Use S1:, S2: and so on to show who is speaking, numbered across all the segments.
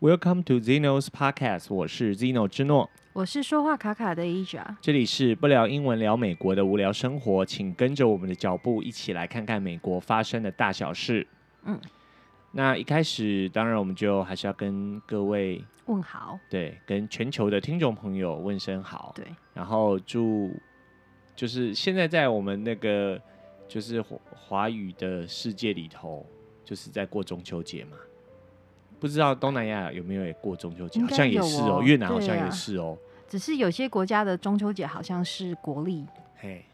S1: Welcome to Zeno's Podcast，我是 Zeno 之诺，
S2: 我是说话卡卡的 Asia。
S1: 这里是不聊英文聊美国的无聊生活，请跟着我们的脚步一起来看看美国发生的大小事。嗯
S2: 嗯，
S1: 那一开始当然我们就还是要跟各位
S2: 问好，
S1: 对跟全球的听众朋友问声好，
S2: 对，
S1: 然后祝就是现在在我们那个就是华华语的世界里头，就是在过中秋节嘛。不知道东南亚有没有也过中秋节？
S2: 应
S1: 好
S2: 该
S1: 像也是
S2: 有
S1: 哦，
S2: 哦
S1: 越南好
S2: 对
S1: 像也
S2: 啊
S1: 是哦。
S2: 只是有些国家的中秋节好像是国历，
S1: 嘿，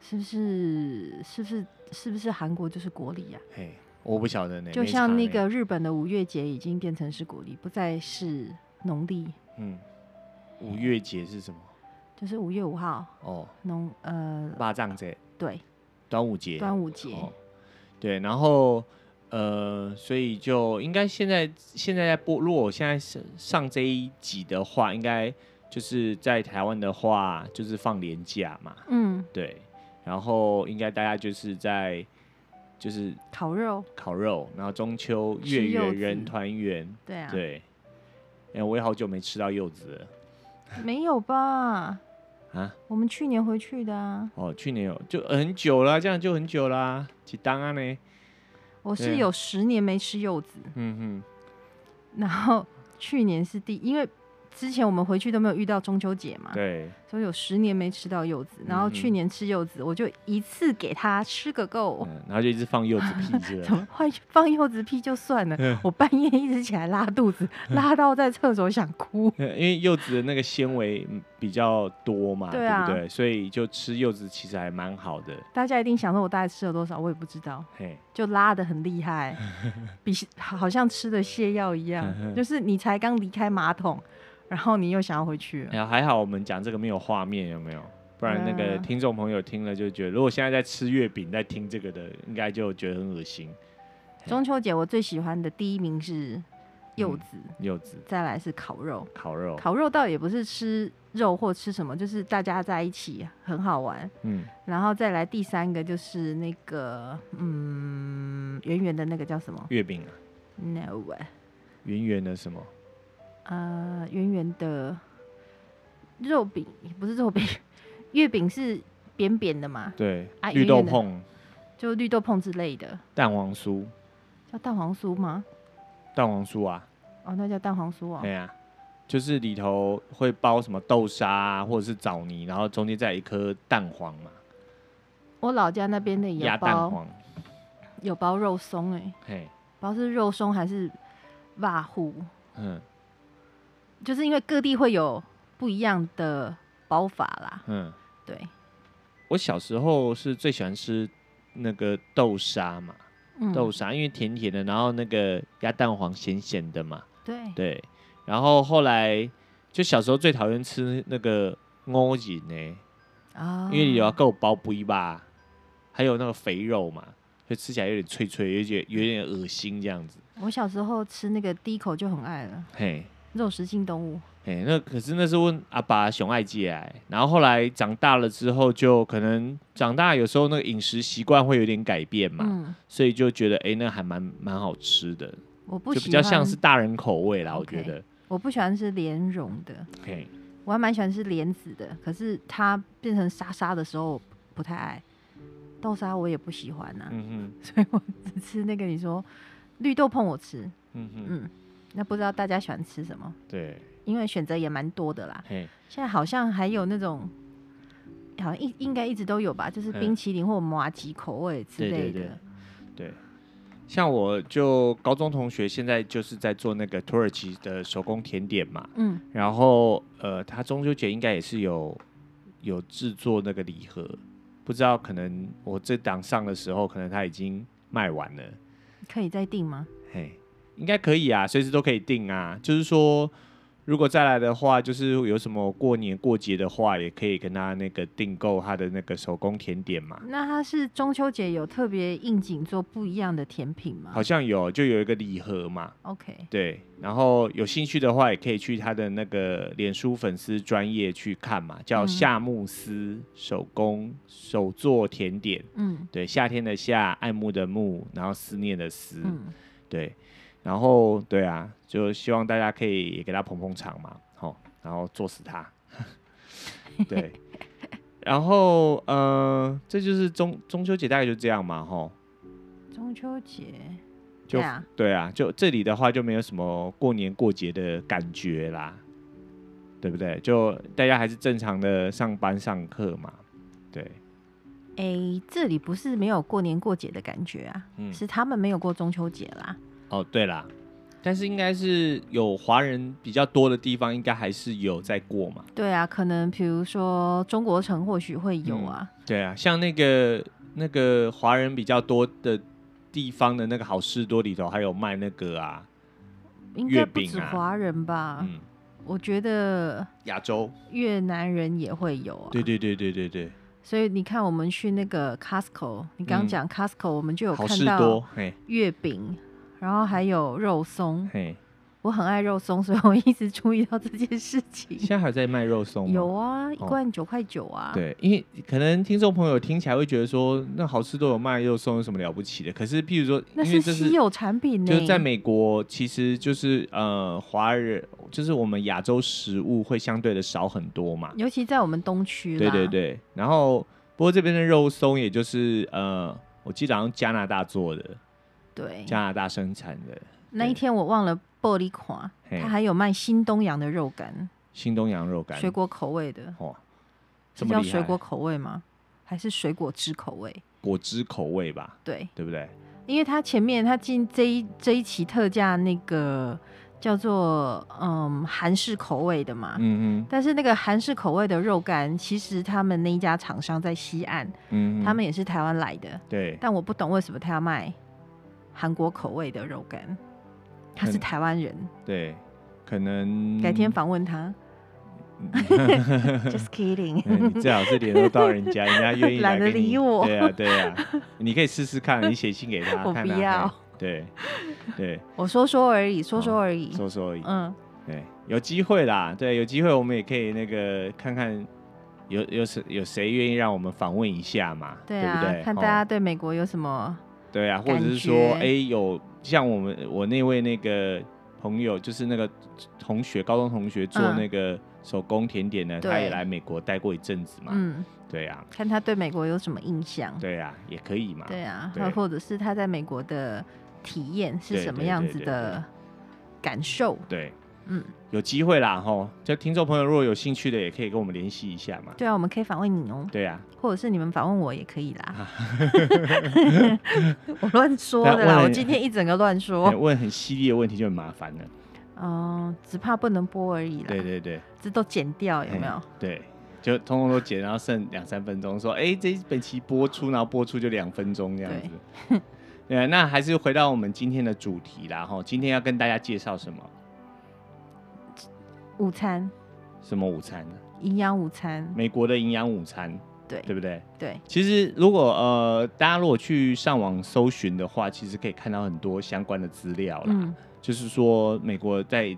S2: 是不是？是不是？是不是韩国就是国历呀、
S1: 嘿，我不晓得呢。
S2: 就
S1: 没差
S2: 像那
S1: 呢，
S2: 个日本的五月节已经变成是国历，不再是农历，
S1: 嗯，五月节是什么？
S2: 就是五月五号
S1: 哦，
S2: 农呃
S1: 八丈节、
S2: 对
S1: 端午节、
S2: 端午节。
S1: 哦，对，然后呃，所以就应该现在现在在播，如果我现在是上这一集的话，应该就是在台湾的话，就是放年假嘛，
S2: 嗯，
S1: 对，然后应该大家就是在就是
S2: 烤肉，
S1: 烤肉，然后中秋
S2: 吃
S1: 月
S2: 柚
S1: 圆
S2: 子
S1: 人团圆，
S2: 对啊，
S1: 对，哎、我也好久没吃到柚子了
S2: 没有吧？
S1: 啊。
S2: 我们去年回去的啊，
S1: 哦，去年有就很久啦，这样就很久啦，几单啊呢？
S2: 我
S1: 对
S2: 是
S1: 啊
S2: 有十年没吃柚子，
S1: 嗯
S2: 然后 去年是第，因为之前我们回去都没有遇到中秋节嘛
S1: 哼，，对，
S2: 所以有十年没吃到柚子。然后去
S1: 嗯
S2: 年吃柚子，我就一次给他吃个够，
S1: 嗯，然后就一直放柚子屁是吧
S2: 怎么换放柚子屁就算了，
S1: 嗯
S2: 我半夜一直起来拉肚子，拉到在厕所想哭。
S1: 嗯因为柚子的那个纤维嗯比较多嘛，
S2: 对啊
S1: 不对？所以就吃柚子其实还蛮好的。
S2: 大家一定想说我大概吃了多少，我也不知道，
S1: 嘿，
S2: 就拉的很 厉害，比好像吃的泻药一样，
S1: 嗯
S2: 就是你才刚离开马桶，然后你又想要回去了。
S1: 然后还好我们讲这个没有画面，有没有？不然那个
S2: 嗯
S1: 听众朋友听了就觉得，如果现在在吃月饼在听这个的，应该就觉得很恶心。
S2: 中秋节我最喜欢的第一名是柚
S1: 嗯
S2: 子，
S1: 柚子
S2: 再来是烤肉。
S1: 烤肉，
S2: 烤肉倒也不是吃肉或吃什么，就是大家在一起很好玩。
S1: 嗯，
S2: 然后再来第三个就是那个嗯，圆圆的那个叫什么
S1: 月饼啊，
S2: ？No，哎
S1: 圆圆的什么？
S2: 呃，圆圆的肉饼不是肉饼， 月饼是扁扁的嘛，
S1: 对，
S2: 啊
S1: 绿
S2: 圆
S1: 豆
S2: 圆的
S1: 碰、
S2: 就绿豆碰之类的，
S1: 蛋黄酥、
S2: 叫蛋黄酥吗？
S1: 蛋黄酥啊，
S2: 哦，那叫蛋黄酥哦
S1: 对。呀、就是里头会包什么豆沙啊，或者是枣泥，然后中间再一颗蛋黄嘛，
S2: 我老家那边的也
S1: 鸭
S2: 有
S1: 蛋
S2: 包
S1: 黄，
S2: 有包肉松哎、
S1: 嘿，
S2: 不知道是肉松还是瓦糊，
S1: 嗯
S2: 就是因为各地会有不一样的包法啦。
S1: 嗯，
S2: 对，
S1: 我小时候是最喜欢吃那个豆沙嘛，
S2: 嗯
S1: 豆沙因为甜甜的，然后那个鸭蛋黄咸咸的嘛，
S2: 对，
S1: 对，然后后来就小时候最讨厌吃那个欧锦呢、
S2: 啊
S1: 因为你要够包不一吧，还有那个肥肉嘛，所以吃起来有点脆脆，有点有点恶心这样子，
S2: 我小时候吃那个第一口就很爱了，
S1: 嘿。
S2: 肉食性动物。
S1: 哎、那可是那是问阿爸熊爱戒癌，然后后来长大了之后，就可能长大有时候那个饮食习惯会有点改变嘛，
S2: 嗯，
S1: 所以就觉得哎、诶那还蛮蛮好吃的，
S2: 我不
S1: 就
S2: 喜
S1: 比较像
S2: 欢
S1: 是，大人口味啦，我
S2: OK
S1: 觉得。
S2: 我不喜欢吃莲蓉的，
S1: 嘿，
S2: 我还蛮喜欢吃莲子的，可是它变成沙沙的时候我不太爱，豆沙我也不喜欢呐、
S1: 嗯哼，
S2: 所以我只 吃那个你说绿豆碰我吃，
S1: 嗯哼，
S2: 嗯，那不知道大家喜欢吃什么，
S1: 对，
S2: 因为选择也蛮多的啦。
S1: 嘿，
S2: 现在好像还有那种，好像一应该一直都有吧，就是
S1: 嗯
S2: 冰淇淋或麻吉口味之
S1: 对对
S2: 类的。
S1: 对对。像我就高中同学现在就是在做那个土耳其的手工甜点嘛，
S2: 嗯，
S1: 然后呃，他中秋节应该也是有有制作那个礼盒，不知道可能我这档上的时候，可能他已经卖完了，
S2: 可以再订吗？
S1: 嘿，应该可以啊，随时都可以订啊。就是说，如果再来的话，就是有什么过年过节的话，也可以跟他那个订购他的那个手工甜点嘛。
S2: 那它是中秋节有特别应景做不一样的甜品吗
S1: 好像有，就有一个礼盒嘛，
S2: ？OK，
S1: 对。然后有兴趣的话，也可以去他的那个脸书粉丝专业去看嘛，叫
S2: 嗯
S1: 夏慕斯手工手作甜点，
S2: 嗯
S1: 对，夏天的夏，爱慕的慕，然后思念的思，
S2: 嗯，
S1: 对。然后对啊，就希望大家可以也给他捧捧场嘛，好，然后做死他。 对，然后呃，这就是中中秋节大概就这样嘛，吼，
S2: 中秋节，
S1: 就
S2: 对啊，
S1: 对啊，就这里的话就没有什么过年过节的感觉啦，对不对？就大家还是正常的上班上课嘛，对，
S2: 哎、这里不是没有过年过节的感觉啊，
S1: 嗯，
S2: 是他们没有过中秋节啦。
S1: 哦，对啦，但是应该是有华人比较多的地方，应该还是有在过嘛。
S2: 对啊，可能比如说中国城或许会有啊，
S1: 对啊，像那个那个华人比较多的地方的那个好事多里头，还有卖那个啊，
S2: 应
S1: 月
S2: 该不
S1: 饼
S2: 止
S1: 啊
S2: 华人吧？
S1: 嗯，
S2: 我觉得
S1: 亚洲，
S2: 越南人也会有啊。
S1: 对对对对对对，
S2: 所以你看，我们去那个 Costco，你
S1: 嗯
S2: 刚刚讲 Costco，、我们就有
S1: 好
S2: 看
S1: 事多
S2: 到，
S1: 嘿
S2: 月饼，然后还有肉松。
S1: 嘿，
S2: 我很爱肉松，所以我一直注意到这件事
S1: 现
S2: 情。
S1: 在还有在卖肉松吗？
S2: 有啊，一
S1: 哦
S2: 罐九块九啊。
S1: 对，因为可能听众朋友听起来会觉得说，那好事多有卖肉松有什么了不起的？可是，譬如说，
S2: 那
S1: 因为
S2: 是
S1: 这
S2: 稀有产品呢、
S1: 就是在美国，其实就是呃，华人就是我们亚洲食物会相对的少很多嘛。
S2: 尤其在我们东区
S1: 对
S2: 啦。
S1: 对对，然后不过这边的肉松，也就是呃，我记得好像加拿大做的，
S2: 对
S1: 加拿大生产的
S2: 那一天我忘了玻璃款，
S1: 嘿
S2: 它还有卖新东阳的肉干，
S1: 新东阳肉干，
S2: 水果口味的，
S1: 哦，这
S2: 是
S1: 么
S2: 叫
S1: 厉害
S2: 水果口味吗？还是水果汁口味？
S1: 果汁口味吧，
S2: 对，
S1: 对不对？
S2: 因为它前面它进这一这一期特价那个叫做嗯韩式口味的嘛，
S1: 嗯
S2: 但是那个韩式口味的肉干，其实他们那一家厂商在西岸，
S1: 嗯嗯，
S2: 他们也是台湾来的，
S1: 对
S2: 但我不懂为什么他要卖韩国口味的肉干，他是
S1: 很嗯
S2: 台湾人，
S1: 对，可能
S2: 改天访问他。Just kidding，
S1: 嗯， 你最好是联络到人家，人家愿意来
S2: 懒得
S1: 给你
S2: 理我
S1: 对啊，对啊，你可以试试看，你写信给他，
S2: 我
S1: 看
S2: 不
S1: 他
S2: 要
S1: 嘿对 对，
S2: 我说说而已，说说而已。
S1: 哦说说而已。
S2: 嗯，
S1: 对，有机会啦，对，有机会我们也可以那个看看有有谁有谁愿意让我们访问一下嘛，
S2: 对
S1: 不
S2: 啊，
S1: 对？
S2: 看
S1: 哦
S2: 大家对美国有什么？
S1: 对啊，或者
S2: 感
S1: 是说，
S2: 觉
S1: 哎、有像我们我那位那个朋友，就是那个同学，高中同学做
S2: 嗯
S1: 那个手工甜点的，他
S2: 对
S1: 也来美国待过一阵子嘛，
S2: 嗯，
S1: 对啊，
S2: 看他对美国有什么印象？
S1: 对啊，也可以嘛，
S2: 对啊，
S1: 对
S2: 或者是他在美国的体验是
S1: 对
S2: 什么
S1: 对
S2: 样
S1: 对
S2: 子
S1: 对
S2: 的感受？
S1: 对
S2: 嗯，
S1: 有机会啦，吼，就听众朋友如果有兴趣的，也可以跟我们联系一下嘛，
S2: 对啊，我们可以访问你哦，
S1: 对啊，
S2: 或者是你们访问我也可以啦。 我乱说的
S1: 那问
S2: 啦，
S1: 了
S2: 我
S1: 你
S2: 今天一整个乱说
S1: 哎，问很犀利的问题就很麻烦了，
S2: 嗯，只怕不能播而已啦。
S1: 对，对对。
S2: 这都剪掉有没有
S1: 哎？对，就通通都剪，然后剩两三分钟，说哎、这一本期播出，然后播出就两分钟这样子。对啊，那还是回到我们今天的主题啦，哈，今天要跟大家介绍什么？
S2: 午餐，
S1: 什么午餐？
S2: 营养午餐，
S1: 美国的营养午餐，
S2: 对
S1: 对不对？
S2: 对，
S1: 其实如果呃，大家如果去上网搜寻的话，其实可以看到很多相关的资料啦。
S2: 嗯，
S1: 就是说美国在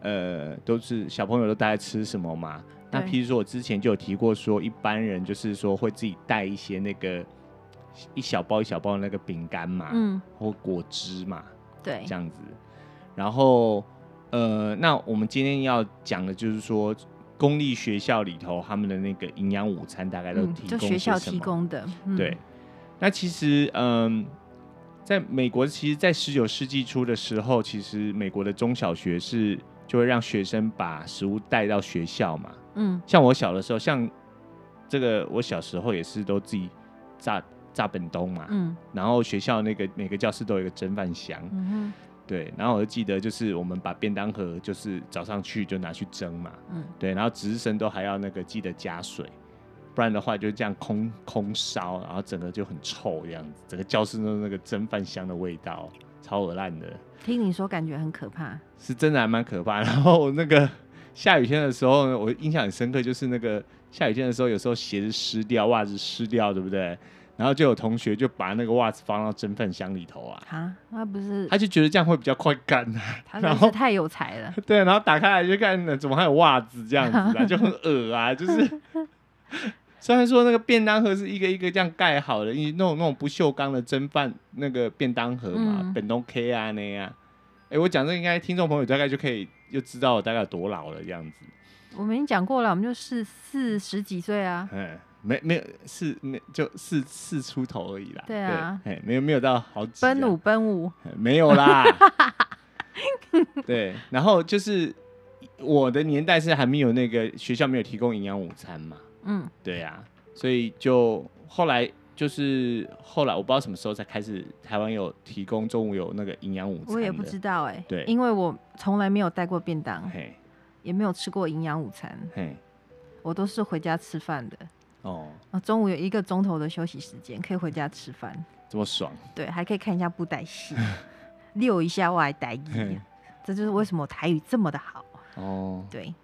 S1: 呃都是小朋友都大概吃什么嘛？那
S2: 对
S1: 譬如说我之前就有提过说，一般人就是说会自己带一些那个一小包一小包的那个饼干嘛，
S2: 嗯，
S1: 或果汁嘛，
S2: 对
S1: 这，样子。然后呃，那我们今天要讲的就是说。公立学校里头，他们的那个营养午餐大概都
S2: 嗯，
S1: 提
S2: 就
S1: 供
S2: 学
S1: 些
S2: 校
S1: 什
S2: 提
S1: 么
S2: 供的，嗯
S1: 对，，那其实嗯，在美国，其实，在十九世纪初的时候，其实美国的中小学是就会让学生把食物带到学校嘛。
S2: 嗯，
S1: 像我小的时候，像这个我小时候也是都自己炸炸本东嘛，
S2: 嗯，
S1: 然后学校那个每个教室都有一个蒸饭箱，
S2: 嗯
S1: 对，然后我就记得就是我们把便当盒就是早上去就拿去蒸嘛，
S2: 哼，嗯，
S1: 对，然后值日生都还要那个记得加水，不然的话就这样空空烧，然后整个就很臭这样子，整个教室都是那个蒸饭香的味道，超恶烂的，
S2: 听你说感觉很可怕，
S1: 是真的还蛮可怕。 然后那个下雨天的时候呢，我印象很深刻，就是那个下雨天的时候，有时候鞋子湿掉，袜子湿掉，对不对？然后就有同学就把那个袜子放到蒸饭箱里头啊，
S2: 啊，那不是
S1: 他就觉得这样会比较快干啊
S2: 他
S1: 然
S2: 真
S1: 后
S2: 是太有 才了，
S1: 对，然后打开来就看呃怎么还有袜子这样子啊，就 很恶啊，就是。虽然说那个便当盒是一个一个这样盖好的，因为那种那种不锈钢的蒸饭那个便当盒嘛，
S2: 嗯
S1: 本东 K 啊那样、哎，我讲这个应该听众朋友大概就可以就知道我大概有多老了这样子。
S2: 我们已经讲过了，我们就是四十几岁啊，
S1: 哎，没没有是没就四四出头而已啦。
S2: 对啊
S1: 哎，没有没有到好几这样
S2: 奔五奔五，
S1: 哎没有 啦。对，然后就是我的年代是还没有那个学校没有提供营养午餐嘛。
S2: 嗯，
S1: 对呀、所以就后来就是后来我不知道什么时候才开始，台湾有提供中午有那个营养午餐的，
S2: 我也不知道哎、
S1: 对
S2: 因为我从来没有带过便当，
S1: 嘿
S2: 也没有吃过营养午餐，
S1: 嘿
S2: 我都是回家吃饭的。
S1: 哦，
S2: 啊，中午有一个钟头的休息时间，可以回家吃饭，
S1: 这么爽，
S2: 对，还可以看一下布 袋戏，溜一下外带
S1: 嘿
S2: 一，这就是为什么我台语这么的好，
S1: 哦，
S2: 对，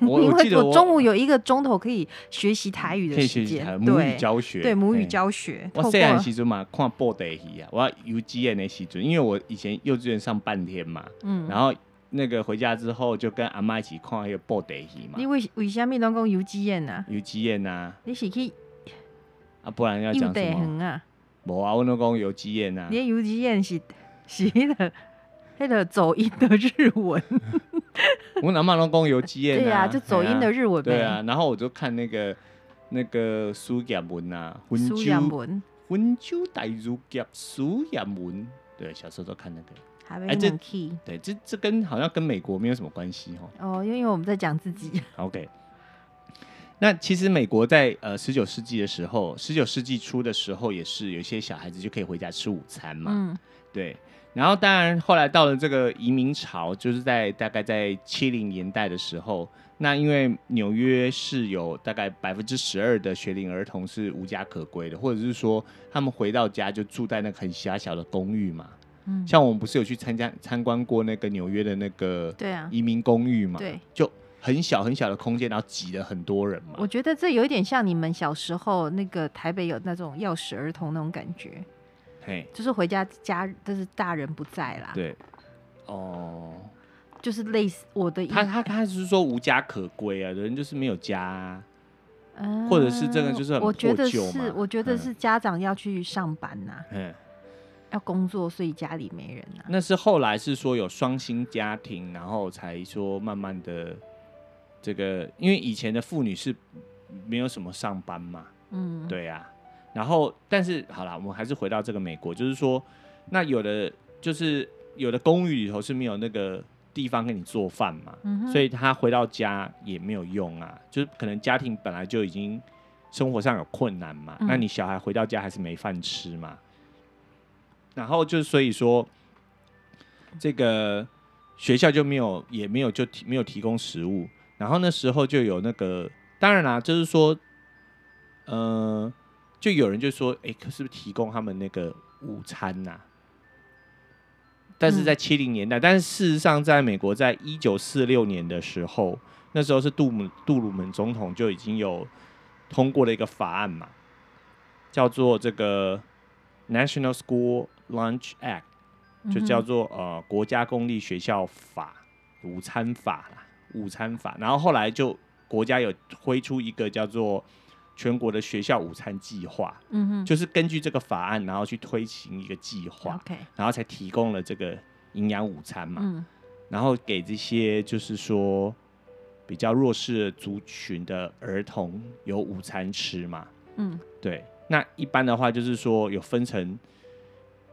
S1: 我
S2: 因
S1: 我记
S2: 为
S1: 得
S2: 我
S1: 我
S2: 中午有一个钟头可以学习台语
S1: 可
S2: 的
S1: 以
S2: 时
S1: 学习
S2: 间
S1: 台，湾母语
S2: 对，
S1: 教学，
S2: 对，母语
S1: 嘿。啊
S2: 教学，
S1: 我
S2: 透
S1: 细汉
S2: 过
S1: 时阵嘛，看布袋戏啊，我幼稚园的时阵，因为我以前幼稚园上半天嘛，
S2: 嗯，
S1: 然后那个回家之后就跟阿妈一起看那个布袋戏嘛
S2: 你，为为什么拢讲游击宴啊？
S1: 幼稚园呐，
S2: 你是去
S1: 啊不然要
S2: 幼
S1: 讲
S2: 地
S1: 什么？啊
S2: 园啊？
S1: 无啊，我拢讲幼稚园呐
S2: 你，的游击宴是是迄、那个迄个走音的日文，
S1: 我阿妈拢讲幼稚园
S2: 对
S1: 啊，
S2: 啊，就走音
S1: 嘿
S2: 的
S1: 啊
S2: 日文
S1: 对
S2: 呗
S1: 啊，。然后我就看那个那个苏亚文啊，温
S2: 苏
S1: 州
S2: 扬文
S1: 温州大儒夹苏亚文，对，小时候都看那个。
S2: 还没
S1: 哎这
S2: 很 key
S1: 对，这这跟好像跟美国没有什么关系哦。
S2: 哦，因为我们在讲自己，
S1: OK，那其实美国在呃十九世纪的时候，十九世纪初的时候，也是有一些小孩子就可以回家吃午餐嘛。
S2: 嗯，
S1: 对，然后当然后来到了这个移民潮，就是在大概在七零年代的时候，那因为纽约是有大概百分之十二的学龄儿童是无家可归的，或者是说他们回到家就住在那个很狭小的公寓嘛。
S2: 嗯
S1: 像我们不是有去参加参观过那个纽约的那个
S2: 对啊，
S1: 移民公寓嘛？
S2: 对，
S1: 就很小很小的空间，然后挤了很多人嘛
S2: 我。觉得这有一点像你们小时候那个台北有那种钥匙儿童那种感觉，
S1: 嘿，
S2: 就是回家家就是大人不在啦，
S1: 对，哦，
S2: 就是类似我的意，
S1: 他他他是说无家可归啊，人就是没有家、啊。
S2: 嗯
S1: 或者是这个就是很
S2: 我觉得
S1: 破旧嘛
S2: 是，我觉得
S1: 嗯
S2: 是家长要去上班呐、
S1: 嗯，
S2: 要工作，所以家里没人啊。
S1: 那是后来是说有双薪家庭，然后才说慢慢的这个，因为以前的妇女是没有什么上班嘛，
S2: 嗯，
S1: 对呀、然后但是好啦，我们还是回到这个美国，就是说，那有的就是有的公寓里头是没有那个地方给你做饭嘛，
S2: 嗯哼
S1: 所以他回到家也没有用啊，就是可能家庭本来就已经生活上有困难嘛，
S2: 嗯
S1: 那你小孩回到家还是没饭吃嘛，然后就所以说这个学校就没有也没有就提没有提供食物，然后那时候就有那个，当然啦，就是说，呃，就有人就说，哎、可是不是提供他们那个午餐呐、但是在七零年代，但是事实上，在美国，在一九四六年的时候，那时候是杜姆杜鲁门总统就已经有通过了一个法案嘛，叫做这个 National School Lunch Act，就
S2: 嗯
S1: 叫做呃国家公立学校法、午餐法啦、午餐法。然后后来就国家有推出一个叫做全国的学校午餐计划，
S2: 嗯哼，
S1: 就是根据这个法案，然后去推行一个计划，
S2: OK，
S1: 然后才提供了这个营养午餐嘛。
S2: 嗯
S1: 然后给这些就是说比较弱势族群的儿童有午餐吃嘛。
S2: 嗯
S1: 对，那一般的话就是说有分成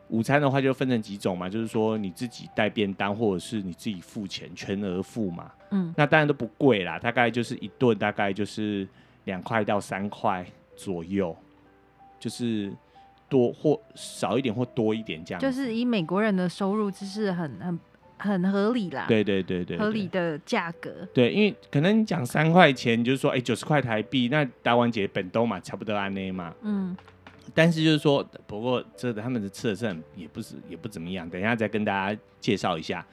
S1: 午餐的话就分成几种嘛，就是说你自己带便当或者是你自己付钱全额付嘛。
S2: 嗯，
S1: 那当然都不贵啦，大概就是一顿大概就是两块到三块左右，就是多或少一点或多一点这样子。
S2: 就是以美国人的收入，就是很很很合理啦，
S1: 对对对对对
S2: 啊合理的价格，
S1: 对，因为可能你讲三块钱，你就是说，哎、九十块台币，那台湾节本都嘛，差不多安内嘛。
S2: 嗯
S1: 但是就是说，不过这他们的吃的是很也不是也不怎么样，等一下再跟大家介绍一下。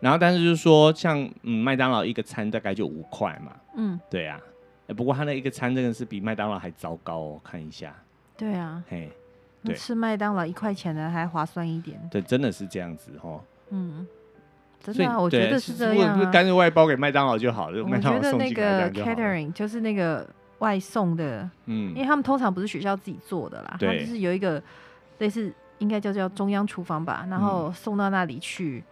S1: 然后，但是就是说，像嗯麦当劳一个餐大概就五块嘛，
S2: 嗯，
S1: 对啊。哎不过他那一个餐真的是比麦当劳还糟糕哦，看一下，
S2: 对啊，
S1: 嘿，
S2: 那
S1: 对
S2: 吃麦当劳一块钱的还划算一点，
S1: 对，真的是这样子哦。
S2: 嗯，真
S1: 所以
S2: 的啊、我
S1: 对
S2: 觉得是这
S1: 如果
S2: 样、
S1: 不
S2: 啊
S1: 是。干脆外包给麦当劳就好了，就
S2: 我
S1: 麦当
S2: 觉
S1: 劳
S2: 得
S1: 送
S2: 那
S1: 进来
S2: 个
S1: 这样就好了。
S2: catering 就是那个外送的，因为
S1: 嗯，
S2: 他们通常不是学校自己做的啦，他们
S1: 对
S2: 就是有一个类似应该叫叫中央厨房吧，然后送到那里去，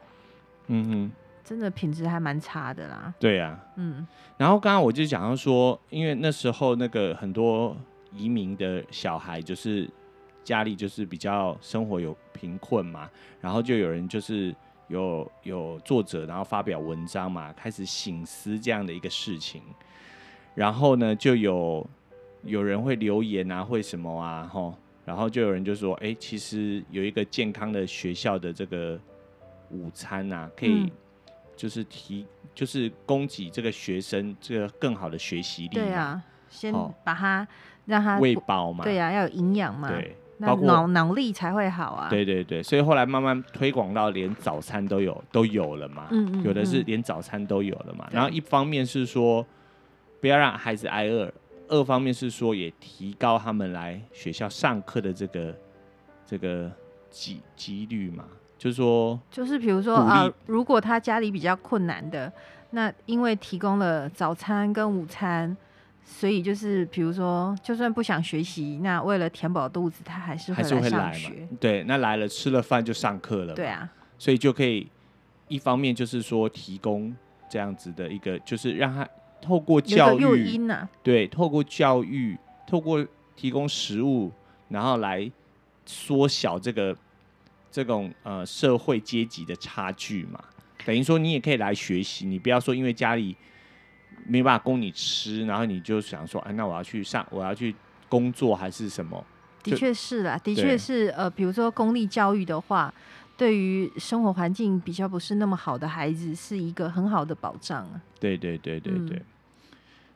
S1: 嗯哼，
S2: 真的品质还蛮差的啦。
S1: 对啊呀、
S2: 嗯，
S1: 然后刚刚我就讲到说，因为那时候那个很多移民的小孩，就是家里就是比较生活有贫困嘛，然后就有人就是有有作者，然后发表文章嘛，开始醒思这样的一个事情，然后呢就有有人会留言啊，会什么啊，吼，然后就有人就说，哎，其实有一个健康的学校的这个午餐啊，可以
S2: 嗯
S1: 就是提，就是供给这个学生这个更好的学习力嘛，
S2: 对啊，先
S1: 好
S2: 把它让它
S1: 喂
S2: 不
S1: 饱嘛，
S2: 对啊，要有营养嘛，
S1: 对
S2: 那
S1: 包括
S2: 脑脑力才会好啊。，
S1: 对对对，所以后来慢慢推广到连早餐都有都有了嘛，
S2: 嗯嗯
S1: 有的是
S2: 嗯
S1: 连早餐都有了嘛。
S2: 对
S1: 然后一方面是说不要让孩子挨饿，二方面是说也提高他们来学校上课的这个这个几几率嘛，就是说
S2: 就是比如说
S1: 鼓励
S2: 啊、如果他家里比较困难的，那因为提供了早餐跟午餐。所以就是，比如说，就算不想学习，那为了填饱肚子，他还是
S1: 还
S2: 会
S1: 是会
S2: 上
S1: 来
S2: 学。
S1: 嘛。对，那来了吃了饭就上课了嘛，
S2: 对啊，
S1: 所以就可以一方面就是说提供这样子的一个，就是让他透过
S2: 有个
S1: 教
S2: 诱
S1: 育。
S2: 因啊呐、
S1: 对，透过教育，透过提供食物，然后来缩小这个这种呃社会阶级的差距嘛。等于说你也可以来学习，你不要说因为家里没办法供你吃，然后你就想说，哎，那我要去上，我要去工作还是什么？
S2: 的
S1: 就
S2: 确是啦，
S1: 对
S2: 的确是呃，比如说公立教育的话，对于生活环境比较不是那么好的孩子，是一个很好的保障啊。
S1: 对对对对对。
S2: 嗯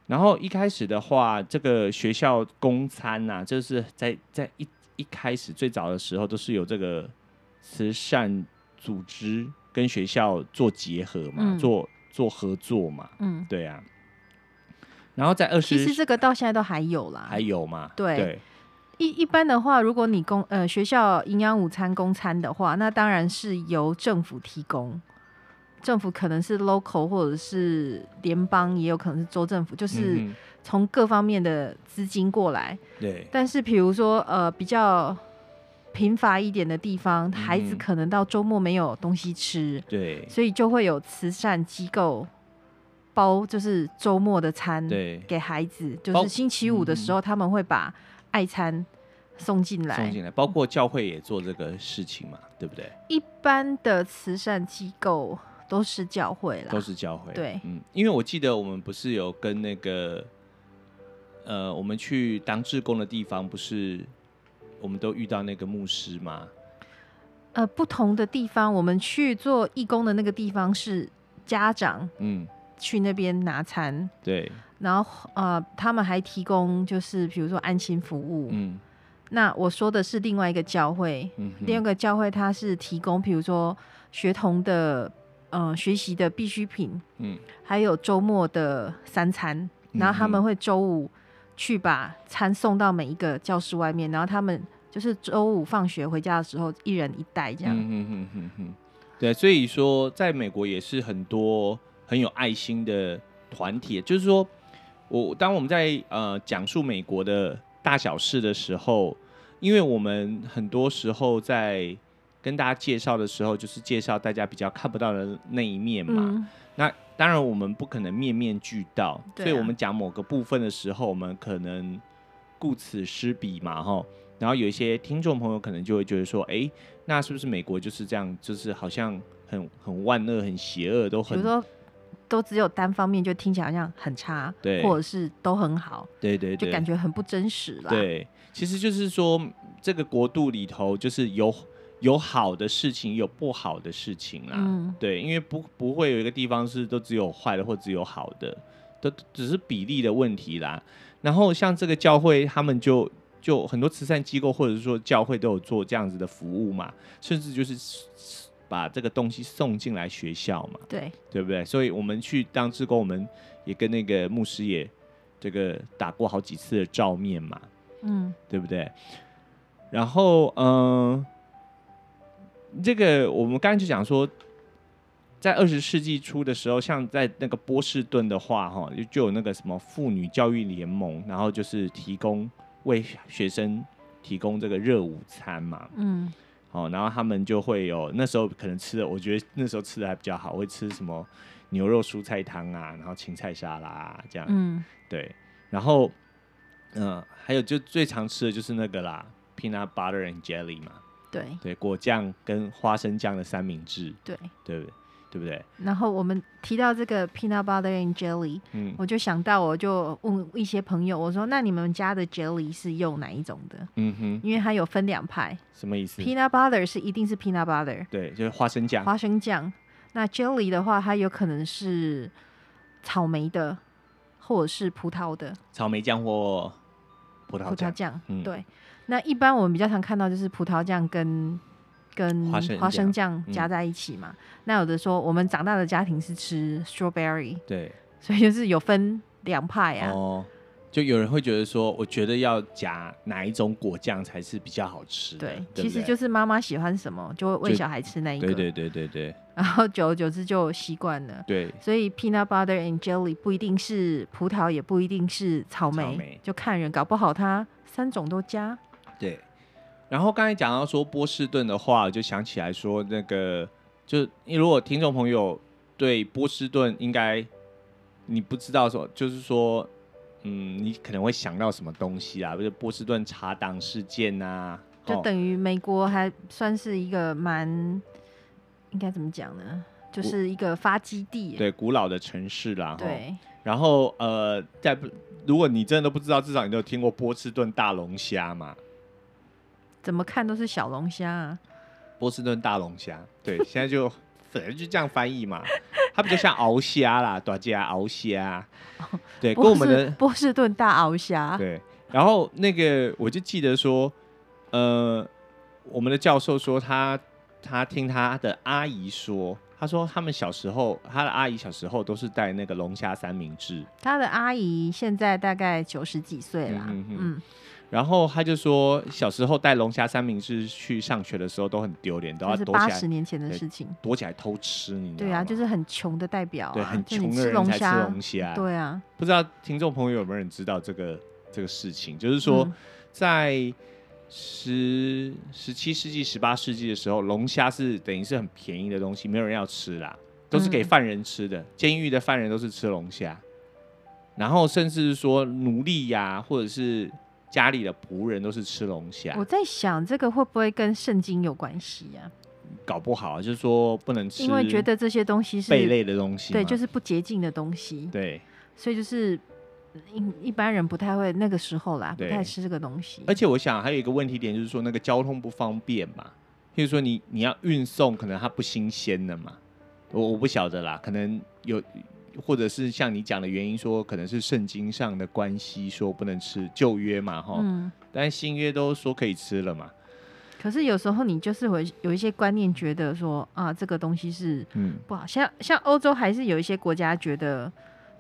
S1: 然后一开始的话，这个学校公餐呐、就是在在一一开始最早的时候，都是有这个慈善组织跟学校做结合嘛，
S2: 嗯
S1: 做做合作嘛，
S2: 嗯，
S1: 对啊。然后在二
S2: 其实
S1: 十
S2: 这个到现在都还有啦。
S1: 还有嘛，
S2: 对一一般的话，如果你公呃学校营养午餐公餐的话，那当然是由政府提供。政府可能是 local 或者是联邦，也有可能是州政府，就是
S1: 嗯哼
S2: 从各方面的资金过来。
S1: 对
S2: 但是比如说呃比较贫乏一点的地方，孩子
S1: 嗯
S2: 可能到周末没有东西吃，
S1: 对
S2: 所以就会有慈善机构包就是周末的餐
S1: 对，
S2: 给孩子，就
S1: 包嗯
S2: 是星期五的时候他们会把爱餐送进来
S1: 送。进来，包括教会也做这个事情嘛，对不对？
S2: 一般的慈善机构都是教会啦
S1: 都，是教会。
S2: 啊对
S1: 嗯，因为我记得我们不是有跟那个，呃，我们去当志工的地方，不是我们都遇到那个牧师嘛？
S2: 呃，不同的地方，我们去做义工的那个地方是家长
S1: 嗯，
S2: 去那边拿餐，
S1: 对，
S2: 然后呃，他们还提供就是比如说安心服务。
S1: 嗯
S2: 那我说的是另外一个教会，
S1: 嗯哼，
S2: 第二个教会它是提供比如说学童的呃学习的必需品，
S1: 嗯
S2: 还有周末的三餐，然后他们
S1: 嗯哼
S2: 会周五去把餐送到每一个教室外面，然后他们就是周五放学回家的时候一人一袋这样。
S1: 嗯哼哼哼哼，对，所以说在美国也是很多很有爱心的团体，就是说我当我们在呃讲述美国的大小事的时候，因为我们很多时候在跟大家介绍的时候，就是介绍大家比较看不到的那一面嘛。
S2: 嗯
S1: 那当然，我们不可能面面俱到，
S2: 对啊
S1: 所以我们讲某个部分的时候，我们可能顾此失彼嘛，哈。然后有一些听众朋友可能就会觉得说，诶，那是不是美国就是这样，就是好像很很万恶、很邪恶，都
S2: 比如
S1: 很
S2: 说都只有单方面，就听起来好像很差，
S1: 对
S2: 或者是都很好，
S1: 对对
S2: 就
S1: 对，
S2: 感觉很不真实啦。，
S1: 对，其实就是说这个国度里头，就是有有好的事情，有不好的事情啦。
S2: 嗯
S1: 对，因为不不会有一个地方是都只有坏的或只有好的，都只是比例的问题啦。然后像这个教会，他们就就很多慈善机构或者说教会都有做这样子的服务嘛，甚至就是把这个东西送进来学校嘛。
S2: 对，
S1: 对不对？所以我们去当志工，我们也跟那个牧师也这个打过好几次的照面嘛，
S2: 嗯，
S1: 对不对？然后，嗯、这个我们刚才就讲说，在二十世纪初的时候，像在那个波士顿的话，哈，就就有那个什么妇女教育联盟，然后就是提供为学生提供这个热午餐嘛，
S2: 嗯，
S1: 哦，然后他们就会有那时候可能吃的，我觉得那时候吃的还比较好，会吃什么牛肉蔬菜汤啊，然后芹菜沙拉、啊、这样，
S2: 嗯，
S1: 对，然后嗯、呃还有就最常吃的就是那个啦，peanut butter and jelly 嘛，
S2: 对
S1: 对，果酱跟花生酱的三明治，
S2: 对。
S1: 对不对？对不对？
S2: 然后我们提到这个 peanut butter and jelly，
S1: 嗯
S2: 我就想到，我就问一些朋友，我说：“那你们家的 jelly 是用哪一种的？
S1: 嗯哼，
S2: 因为它有分两派
S1: 什么意思？
S2: ，peanut butter 是一定是 peanut butter
S1: 对，就是花生酱，
S2: 花生酱，那 jelly 的话，它有可能是草莓的，或者是葡萄的
S1: 草莓酱或葡萄
S2: 葡萄
S1: 酱。
S2: 酱。
S1: 嗯
S2: 对，那一般我们比较常看到就是葡萄酱跟跟
S1: 花生
S2: 花生酱
S1: 嗯
S2: 加在一起嘛。那有的说，我们长大的家庭是吃 strawberry，
S1: 对，
S2: 所以就是有分两派啊。
S1: 哦，就有人会觉得说，我觉得要夹哪一种果酱才是比较好吃的。
S2: 对，
S1: 对
S2: 其
S1: 不
S2: 实
S1: 对
S2: 就是妈妈喜欢什么就会喂
S1: 就
S2: 小孩吃那一个，
S1: 对对对对对
S2: 然后久而久之就习惯了。
S1: 对
S2: 所以 peanut butter and jelly 不一定是葡萄，也不一定是草莓，
S1: 草莓
S2: 就看人，搞不好他三种都加。
S1: 对。然后刚才讲到说波士顿的话，我就想起来说那个，就因为如果听众朋友对波士顿应该你不知道说，就是说，嗯，你可能会想到什么东西啊？就是波士顿茶党事件啊，
S2: 就
S1: 哦
S2: 等于美国还算是一个蛮，应该怎么讲呢？就是一个发基地。
S1: 对古老的城市啦，吼
S2: 对
S1: 然后呃，在不如果你真的都不知道，至少你都有听过波士顿大龙虾嘛？
S2: 怎么看都是小龙虾、啊。
S1: 波士顿大龙虾，对，现在就反正就这样翻译嘛，它比较像鳌虾啦，短家鳌虾，对，哎跟我们
S2: 波士
S1: 的
S2: 波士顿大鳌虾，
S1: 对。然后那个我就记得说，呃，我们的教授说他他听他的阿姨说，他说他们小时候，他的阿姨小时候都是带那个龙虾三明治，
S2: 他的阿姨现在大概九十几岁啦。
S1: 嗯哼哼
S2: 嗯，
S1: 然后他就说，小时候带龙虾三明治去上学的时候都很丢脸，都要
S2: 这是
S1: 躲
S2: 八
S1: 起来
S2: 十年前的
S1: 对
S2: 事情。
S1: 躲起来偷吃，你知道
S2: 对啊，
S1: 吗
S2: 就是很穷的代表、啊，
S1: 对很
S2: 就你
S1: 穷的人
S2: 龙
S1: 才吃
S2: 虾，
S1: 龙虾。
S2: 对啊，
S1: 不知道听众朋友有没有人知道这个这个事情？就是说
S2: 嗯，
S1: 在十十七世纪、十八世纪的时候，龙虾是等于是很便宜的东西，没有人要吃啦，都是给
S2: 嗯
S1: 犯人吃的。监狱的犯人都是吃龙虾，然后甚至是说奴隶呀、或者是家里的仆人都是吃龙虾。
S2: 我在想这个会不会跟圣经有关系呀、
S1: 搞不好啊就是说不能吃，
S2: 因为觉得这些东西是
S1: 贝类的东西嘛，
S2: 对，就是不洁净的东西，
S1: 对。
S2: 所以就是一一般人不太会那个时候啦，不
S1: 对
S2: 太吃这个东西。
S1: 而且我想还有一个问题点就是说那个交通不方便嘛，譬如说你你要运送，可能它不新鲜了嘛，我我不晓得啦，可能有。或者是像你讲的原因说，可能是圣经上的关系，说不能吃旧约嘛，哈、
S2: 嗯，
S1: 但新约都说可以吃了嘛，
S2: 可是有时候你就是会有一些观念，觉得说啊，这个东西是
S1: 嗯，
S2: 不好。像像欧洲还是有一些国家觉得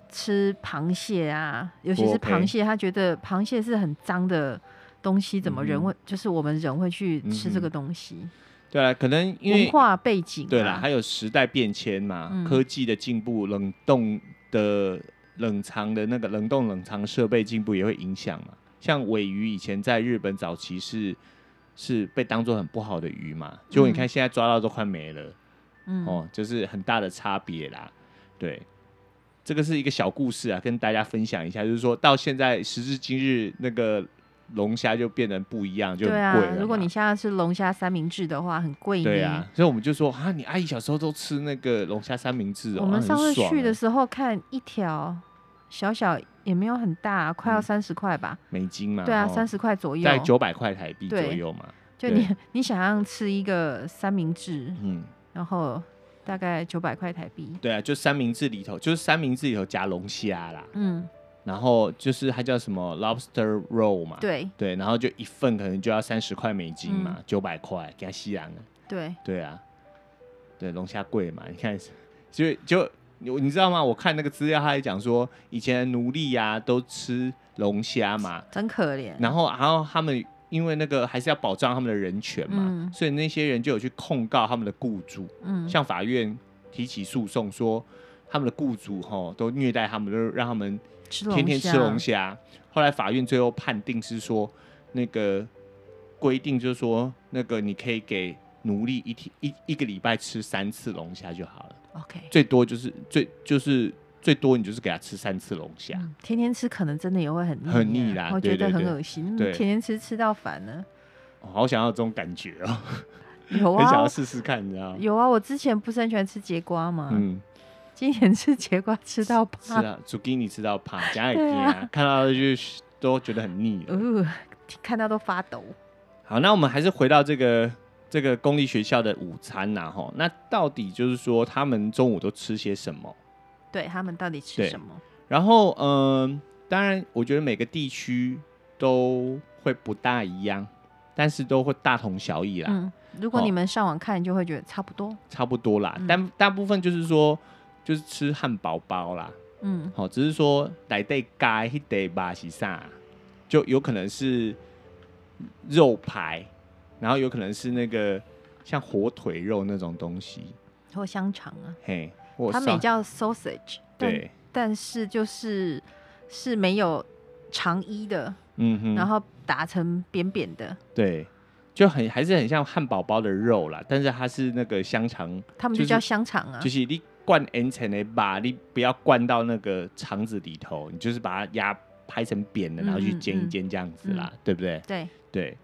S2: 吃螃蟹啊，尤其
S1: 不
S2: 是
S1: 哦 OK
S2: 螃蟹，他觉得螃蟹是很脏的东西，怎么人
S1: 嗯哼
S2: 会、就是我们人会去吃这
S1: 嗯
S2: 个
S1: 哼
S2: 东西？
S1: 对啦，可能因为
S2: 文化背景、啊、
S1: 对啦，还有时代变迁嘛，
S2: 嗯
S1: 科技的进步，冷冻的冷藏的那个冷冻冷藏设备进步也会影响嘛。像尾鱼以前在日本早期是是被当做很不好的鱼嘛，结果你看现在抓到都快没了、
S2: 嗯、
S1: 哦，就是很大的差别啦。对，这个是一个小故事啊，跟大家分享一下，就是说到现在时至今日，那个龙虾就变得不一样，就很贵
S2: 对啊
S1: 了嘛。，
S2: 如果你现在吃龙虾三明治的话，很贵呢。
S1: 对啊，所以我们就说啊，你阿姨小时候都吃那个龙虾三明治哦，
S2: 我们
S1: 啊
S2: 上次
S1: 很爽
S2: 去的
S1: 欸
S2: 时候看一条小小也没有很大，快要
S1: 嗯
S2: 三十块吧？
S1: 美金嘛，
S2: 对啊，
S1: 吼
S2: 三十块左右。
S1: 在九百块台币左
S2: 对
S1: 右嘛，
S2: 就
S1: 对
S2: 你你想要吃一个三明治，
S1: 嗯，
S2: 然后大概九百块台币。
S1: 对啊，就三明治里头就是三明治里头夹龙虾啦，
S2: 嗯，
S1: 然后就是它叫什么 lobster roll 嘛，
S2: 对嗯
S1: 对，然后就一份可能就要三十块美金嘛，九百块给它吸洋啊，
S2: 对，
S1: 对啊，对龙虾贵嘛，你看就就。你你知道吗？我看那个资料，他还讲说，以前的奴隶啊都吃龙虾嘛，
S2: 真可怜。
S1: 然后，然后他们因为那个还是要保障他们的人权嘛，
S2: 嗯
S1: 所以那些人就有去控告他们的雇主，
S2: 嗯，
S1: 向法院提起诉讼，说他们的雇主吼都虐待他们，都让他们
S2: 吃
S1: 天天吃龙
S2: 虾，
S1: 虾。后来法院最后判定是说，那个规定就是说，那个你可以给奴隶一天一一个礼拜吃三次龙虾就好了，
S2: OK，
S1: 最多就是最就是最多你就是给他吃三次龙虾。
S2: 嗯天天吃可能真的也会很腻啊，
S1: 很腻啦
S2: 我
S1: 对
S2: 觉得
S1: 对
S2: 很
S1: 对
S2: 恶心，嗯
S1: 对
S2: 天天吃吃到烦 了。
S1: 哦好想要这种感觉哦，
S2: 有
S1: 很想
S2: 啊
S1: 要，试试看，你知道吗？
S2: 有啊，啊我之前不是很喜欢吃节瓜嘛，
S1: 嗯，
S2: 今年吃节瓜吃到
S1: 是
S2: 怕，
S1: 啊，主给你吃到 怕，加也
S2: 对啊
S1: 怕，看到就是都觉得很腻了。
S2: 呃， 看到都发抖。
S1: 好，那我们还是回到这个这个公立学校的午餐呐、吼，那到底就是说他们中午都吃些什么？
S2: 对他们到底吃
S1: 对
S2: 什么？
S1: 然后，嗯、当然，我觉得每个地区都会不大一样，但是都会大同小异啦，
S2: 嗯，如果
S1: 哦
S2: 你们上网看，就会觉得差不多。
S1: 差不多啦。
S2: 嗯
S1: 但大部分就是说，就是吃汉堡包啦，
S2: 嗯，
S1: 好、只是说哪对该一对吧是啥，就有可能是肉排，然后有可能是那个像火腿肉那种东西，
S2: 或香肠啊，
S1: 嘿，我
S2: 他们也叫 sausage，但
S1: 对，
S2: 但是就是是没有长衣的，
S1: 嗯哼，
S2: 然后打成扁扁的，
S1: 对，就很还是很像汉堡包的肉啦，但是它是那个香肠，
S2: 他们
S1: 就
S2: 就是叫香肠啊
S1: 就。是你灌 N 层的吧，你不要灌到那个肠子里头，你就是把它压拍成扁的，然后去
S2: 嗯嗯
S1: 煎一
S2: 嗯
S1: 煎这样子啦，对不对？
S2: 对
S1: 对，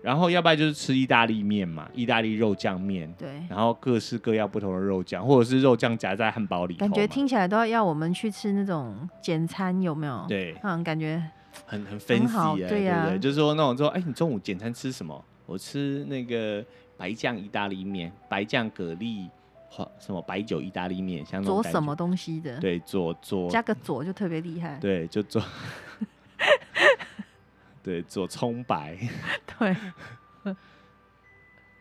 S1: 然后要不然就是吃意大利面嘛，意大利肉酱面。
S2: 对，
S1: 然后各式各样不同的肉酱，或者是肉酱夹在汉堡里头嘛，
S2: 感觉听起来都要要我们去吃那种简餐，有没有？，
S1: 对
S2: 嗯，感觉
S1: 很很分
S2: 很
S1: 析
S2: 好
S1: 哎，
S2: 对啊
S1: 对不
S2: 呀
S1: 对？就是说那种说，哎，你中午简餐吃什么？我吃那个白酱意大利面、白酱蛤蜊、花什么白酒意大利面，像那种
S2: 做
S1: 感
S2: 什么
S1: 觉
S2: 东西的，
S1: 对，做做
S2: 加个佐就特别厉害。
S1: 对，就做 对做 葱白，
S2: 对，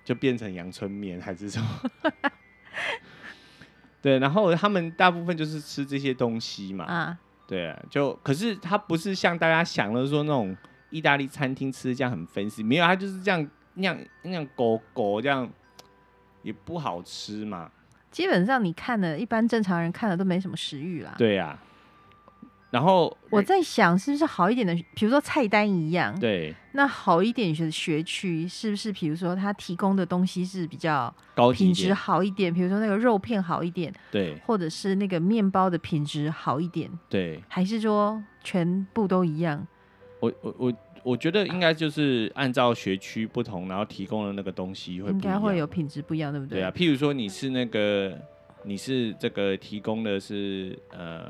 S1: 就变成阳春面还是什么？ 对，然后他们大部分就是吃这些东西嘛，
S2: 啊，
S1: 对啊，就可是它不是像大家想的说那种意大利餐厅吃的这样很分析，没有，它就是这样那样那样狗狗这样也不好吃嘛。
S2: 基本上你看了，一般正常人看了都没什么食欲啦。
S1: 对呀、啊，然后
S2: 我在想，是不是好一点的，比如说菜单一样，
S1: 对
S2: 那好一点的学区是不是，比如说它提供的东西是比较
S1: 高级一
S2: 品质
S1: 点，
S2: 好一点，比如说那个肉片好一点，
S1: 对
S2: 或者是那个面包的品质好一点，
S1: 对，
S2: 还是说全部都一样？
S1: 我我我我觉得应该就是按照学区不同，然后提供的那个东西会不
S2: 应
S1: 一样
S2: 该会有品质不一样，对不
S1: 对啊，譬如说你是那个，你是这个提供的是呃，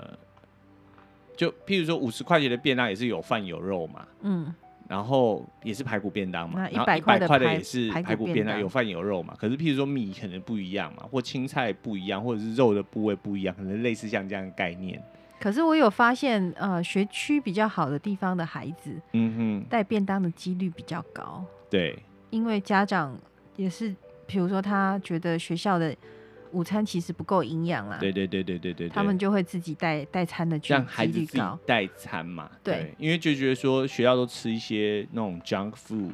S1: 就譬如说五十块钱的便当也是有饭有肉嘛，
S2: 嗯，
S1: 然后也是排骨便当嘛，
S2: 那
S1: 然后
S2: 100
S1: 100块
S2: 块的排
S1: 也是
S2: 排骨
S1: 排骨便
S2: 便
S1: 当，
S2: 当
S1: 有饭有肉嘛。可是譬如说米可能不一样嘛，或青菜不一样，或者是肉的部位不一样，可能类似像这样的概念。
S2: 可是我有发现，呃，学区比较好的地方的孩子
S1: 嗯哼，
S2: 带便当的几率比较高，
S1: 对
S2: 因为家长也是，比如说他觉得学校的午餐其实不够营养啦，
S1: 对对对对对对，
S2: 他
S1: 对
S2: 们就会自己带带餐的几
S1: 让孩
S2: 几
S1: 子
S2: 率
S1: 自己
S2: 高。
S1: 带餐嘛，
S2: 对
S1: 因为就觉得说学校都吃一些那种 junk food，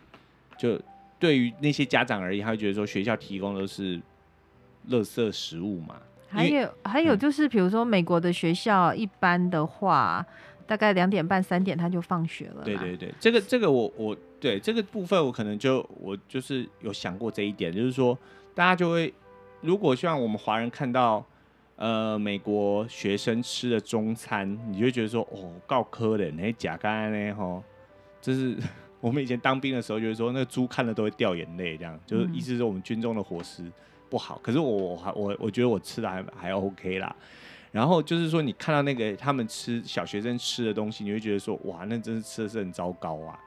S1: 就对于那些家长而言，他会觉得说学校提供都是垃圾食物嘛，
S2: 还
S1: 因
S2: 有还有
S1: 嗯
S2: 就是，比如说美国的学校，一般的话，大概两点半三点他就放学了啦。
S1: 对对对，这个这个我我对这个部分我可能就我就是有想过这一点，就是说大家就会如果像我们华人看到呃美国学生吃的中餐，你就会觉得说哦告科的那假干呢吼，这是我们以前当兵的时候就是说那个猪看了都会掉眼泪，这样就是
S2: 嗯
S1: 意思是我们军中的伙食不好。可是我我还我我觉得我吃的还还 OK 啦。然后就是说，你看到那个他们吃小学生吃的东西，你会觉得说，哇，那真是吃的是很糟糕啊。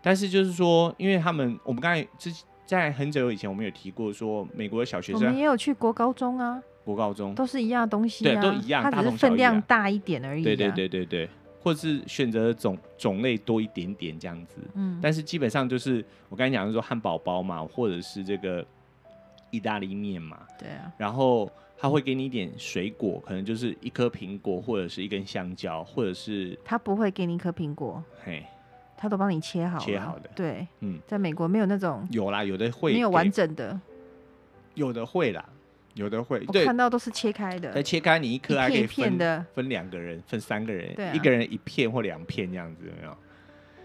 S1: 但是就是说，因为他们，我们刚才之在很久以前，我们有提过说，美国的小学
S2: 我们也
S1: 生、
S2: 有去国高中啊，
S1: 国高中，
S2: 都是一样的东西、
S1: 对
S2: 啊，
S1: 都一样
S2: 它
S1: 大
S2: 只
S1: 同
S2: 是
S1: 小
S2: 分
S1: 异啊
S2: 量大一点而已、啊。
S1: 对对，对对对，或是选择的种种类多一点点这样子。
S2: 嗯，
S1: 但是基本上就是我刚才讲的说汉堡包嘛，或者是这个意大利面嘛，
S2: 对啊，
S1: 然后他会给你一点水果，可能就是一颗苹果，或者是一根香蕉，或者是
S2: 他不会给你一颗苹果，
S1: 嘿
S2: 他都帮你切好了，
S1: 切好的
S2: 对，
S1: 嗯，
S2: 在美国没有那种
S1: 有啦，有的会
S2: 没有
S1: 给
S2: 完整的，
S1: 有的会啦，有的会
S2: 我
S1: 对
S2: 看，到都是切开的
S1: 再，切开你一颗还可以
S2: 一片一片
S1: 分
S2: 的
S1: 分两个人，分三个人，
S2: 对啊啊
S1: 一个人一片或两片这样子，有没有？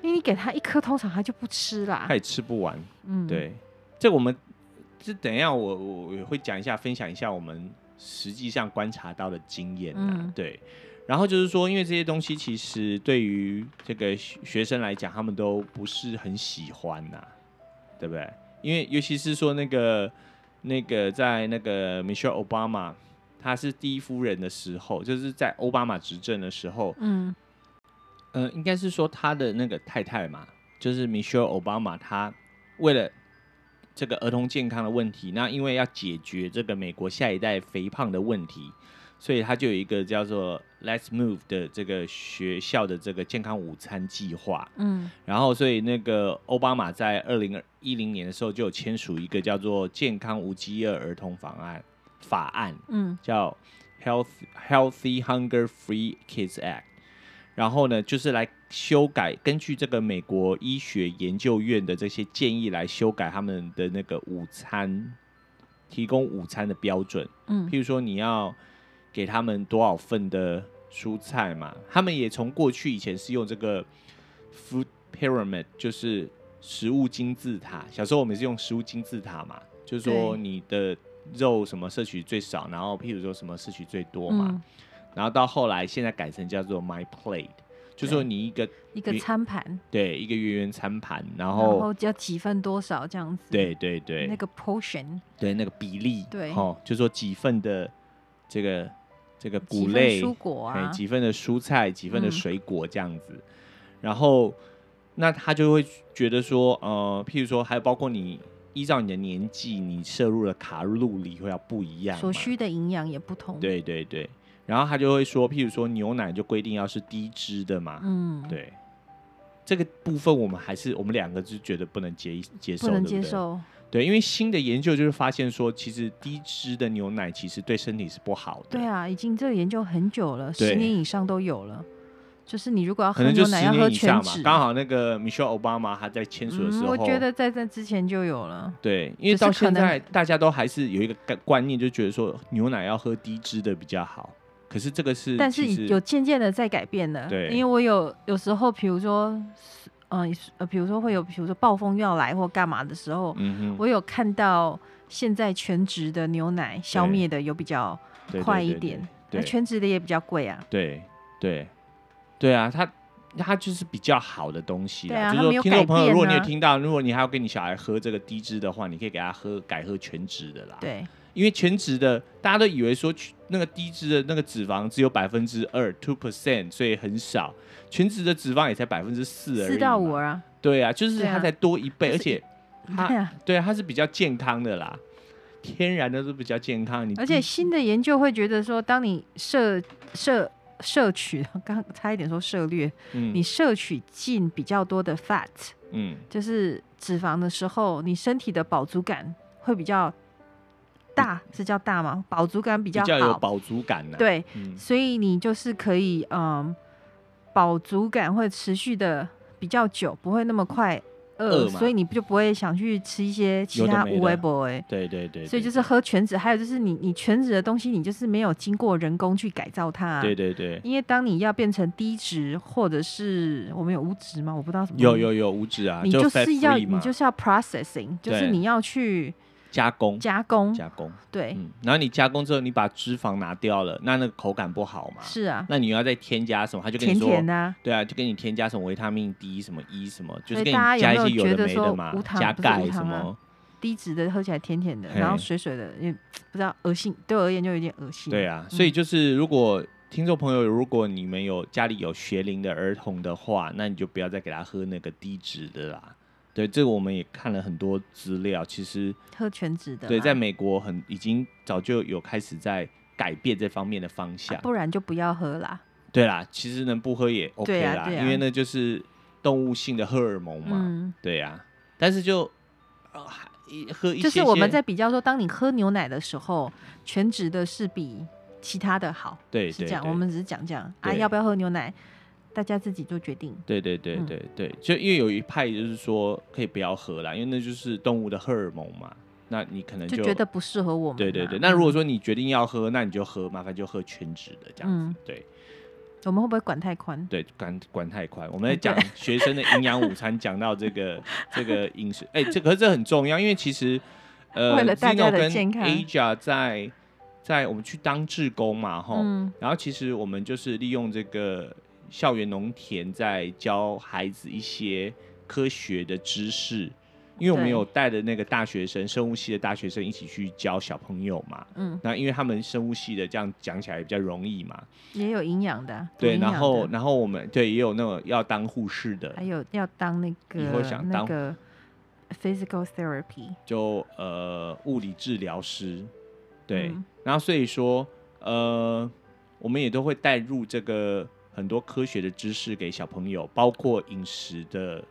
S2: 因为你给他一颗，通常他就不吃啦
S1: 他。也吃不完。
S2: 嗯，
S1: 对，这个我们这等一下我我我会讲一下，分享一下我们实际上观察到的经验啊，
S2: 嗯
S1: 对。然后就是说，因为这些东西其实对于这个学学生来讲，他们都不是很喜欢呐、对不对？因为尤其是说那个那个在那个 Michelle Obama 她是第一夫人的时候，就是在奥巴马执政的时候，
S2: 嗯
S1: 呃，应该是说他的那个太太嘛，就是 Michelle Obama，她为了这个儿童健康的问题，那因为要解决这个美国下一代肥胖的问题，所以他就有一个叫做 Let's Move 的这个学校的这个健康午餐计划。
S2: 嗯
S1: 然后，所以那个奥巴马在二零一零年的时候就有签署一个叫做《健康无饥饿儿童法案》法案，
S2: 嗯
S1: 叫 Health Healthy Hunger Free Kids Act，然后呢，就是来修改，根据这个美国医学研究院的这些建议来修改他们的那个午餐提供午餐的标准，
S2: 嗯
S1: 譬如说你要给他们多少份的蔬菜嘛，他们也从过去以前是用这个 food pyramid，就是食物金字塔。小时候我们是用食物金字塔嘛，就是说
S2: 对
S1: 你的肉什么摄取最少，然后譬如说什么摄取最多嘛，
S2: 嗯，
S1: 然后到后来现在改成叫做 my plate，就是说
S2: 对
S1: 你一个
S2: 一个
S1: 你
S2: 餐盘，
S1: 对一个圆圆餐盘，然
S2: 然
S1: 后
S2: 后要几份多少这样子，
S1: 对对对，
S2: 那个 portion
S1: 对那个比例，
S2: 对
S1: 哦，就说几份的这个这个
S2: 几
S1: 谷
S2: 份
S1: 类
S2: 蔬果
S1: 哎，
S2: 啊，
S1: 几份的蔬菜，几份的
S2: 嗯
S1: 水果这样子。然后，那他就会觉得说，呃，譬如说，还有包括你依照你的年纪，你摄入的卡路里会要不一样嘛，
S2: 所需的营养也不同，，
S1: 对啊对对。然后他就会说，譬如说牛奶就规定要是低脂的嘛，
S2: 嗯，，
S1: 对。这个部分我们还是我们两个是觉得不能接接受，
S2: 不能
S1: 对
S2: 接
S1: 对
S2: 受，
S1: 对，因为新的研究就是发现说，其实低脂的牛奶其实对身体是不好的。
S2: 对啊，已经这个研究很久了，
S1: 对
S2: 十年以上都有了。就是你如果要
S1: 可
S2: 哦喝
S1: 能就
S2: 牛
S1: 十
S2: 奶，要喝
S1: 年以
S2: 全
S1: 上嘛
S2: 脂。，
S1: 刚好那个 Michelle Obama 她在签署的时候，
S2: 嗯，我觉得在这之前就有了。
S1: 对，因为
S2: 只是
S1: 到
S2: 可
S1: 现
S2: 能
S1: 在大家都还是有一个概观念，就觉得说牛奶要喝低脂的比较好。可是这个是，
S2: 但
S1: 其实
S2: 是有渐渐的在改变的。
S1: 对
S2: 因为我有有时候，比如说，嗯、呃，比如说会有，比如说暴风要来或干嘛的时候，
S1: 嗯哼，
S2: 我有看到现在全脂的牛奶消灭的有比较，
S1: 对
S2: 快
S1: 对
S2: 一
S1: 对
S2: 点那、
S1: 对对
S2: 全脂的也比较贵啊。
S1: 对对对啊，它它就是比较好的东西
S2: 对啊
S1: 啦。就是
S2: 它没
S1: 说，
S2: 有
S1: 听众
S2: 改
S1: 朋友，如果你有
S2: 变啊
S1: 听到，如果你还要跟你小孩喝这个低脂的话，你可以给他喝改喝全脂的啦。
S2: 对，
S1: 因为全脂的，大家都以为说去那个低脂的那个脂肪只有百分之二 two percent，所以很少。全脂的脂肪也才百分之四而已，
S2: 四到五。啊。
S1: 对啊，就是
S2: 对啊
S1: 它才多一倍，
S2: 就
S1: 而
S2: 是
S1: 且
S2: 对
S1: 它
S2: 啊，
S1: 对啊它是比较健康的啦，天然的都比较健康。你
S2: 而且
S1: 低
S2: 新的研究会觉得说，当你摄摄摄取， 刚差一点说摄略，
S1: 嗯
S2: 你摄取进比较多的 fat，
S1: 嗯
S2: 就是脂肪的时候，你身体的饱足感会比较大，是叫大吗？饱足感
S1: 嗯比
S2: 比较好，
S1: 较有饱足感呐、，
S2: 对，
S1: 嗯
S2: 所以你就是可以，嗯，饱足感会持续的比较久，不会那么快饿，
S1: 饿嘛
S2: 所以你就不会想去吃一些其
S1: 有的
S2: 他
S1: 没
S2: 无为
S1: 的
S2: 不为。
S1: 对对对，
S2: 所以
S1: 对
S2: 就是喝全脂，还有就是你你全脂的东西，你就是没有经过人工去改造它、
S1: 对对对，
S2: 因为当你要变成低脂，或者是我们有无脂吗？我不知道什么。
S1: 有有有无脂啊，
S2: 你就是
S1: fat
S2: 要
S1: free 嘛，
S2: 你就是要 processing，就是
S1: 对
S2: 你要去
S1: 加工
S2: 加工，哎
S1: 加工，
S2: 对，
S1: 嗯，然后你加工之后，你把脂肪拿掉了，那那个口感不好嘛，
S2: 是啊，
S1: 那你要再添加什么？他就跟你
S2: 甜
S1: 说，
S2: 甜的啊、
S1: 对啊，就给你添加什么维他命 D 什么 E 什么，就是
S2: 所以
S1: 给你
S2: 大
S1: 加
S2: 家
S1: 一
S2: 有
S1: 些
S2: 没有
S1: 的
S2: 觉得
S1: 没的
S2: 说
S1: 嘛
S2: 无，糖
S1: 加
S2: 不是无
S1: 钙什
S2: 糖啊
S1: 么，
S2: 低脂的喝起来甜甜的，
S1: 嘿
S2: 然后水水的，也不知道恶心，对我而言就有点恶心。
S1: 对啊，所以
S2: 嗯
S1: 就是如果听众朋友，如果你们有家里有学龄的儿童的话，那你就不要再给他喝那个低脂的啦。对，这个我们也看了很多资料，其实
S2: 喝全脂的啦，啊
S1: 对，在美国很已经早就有开始在改变这方面的方向。
S2: 啊不然就不要喝啦。
S1: 对啦，其实能不喝也 OK
S2: 对啊
S1: 啦，
S2: 对啊
S1: 因为那就是动物性的荷尔蒙嘛。
S2: 嗯，
S1: 对呀、但是就、呃、还一喝一些
S2: 就是我们
S1: 些
S2: 在比较说，当你喝牛奶的时候，全脂的是比其他的好，
S1: 对
S2: 是
S1: 对
S2: 这样。
S1: 对
S2: 我们只是讲这样啊，
S1: 对
S2: 要不要喝牛奶，大家自己做决定。
S1: 对对对
S2: 嗯
S1: 对对，就因为有一派就是说可以不要喝啦，因为那就是动物的荷尔蒙嘛，那你可能
S2: 就觉得不适合我们啊、
S1: 对对对。那如果说你决定要喝，那你就喝，麻烦就喝全脂的这样子。
S2: 嗯
S1: 对
S2: 我们会不会管太宽？
S1: 对，管管太宽。我们在
S2: 哦
S1: 讲 学生的营养午餐，讲到这个这个饮食，哎、这可是这很重要，因为其实。呃，
S2: 为了大家的
S1: Zeno 跟
S2: 健康
S1: Asia 在在我们去当志工嘛，哈、
S2: 嗯
S1: 然后其实我们就是利用这个校园农田，在教孩子一些科学的知识，因为我们
S2: 对
S1: 有带着那个大学生，生物系的大学生一起去教小朋友嘛。
S2: 嗯，
S1: 那因为他们生物系的这样讲起来比较容易嘛，
S2: 也有营养的啊，有
S1: 对，
S2: 营
S1: 然
S2: 养
S1: 后
S2: 的
S1: 然后我们对也有那种要当护士的
S2: 还，有要当那个
S1: 以后想
S2: 那
S1: 当
S2: 个 physical therapy，
S1: 就呃物理治疗师，对，
S2: 嗯
S1: 然后所以说呃我们也都会带入这个很多科学的知识给小朋友，包括饮食的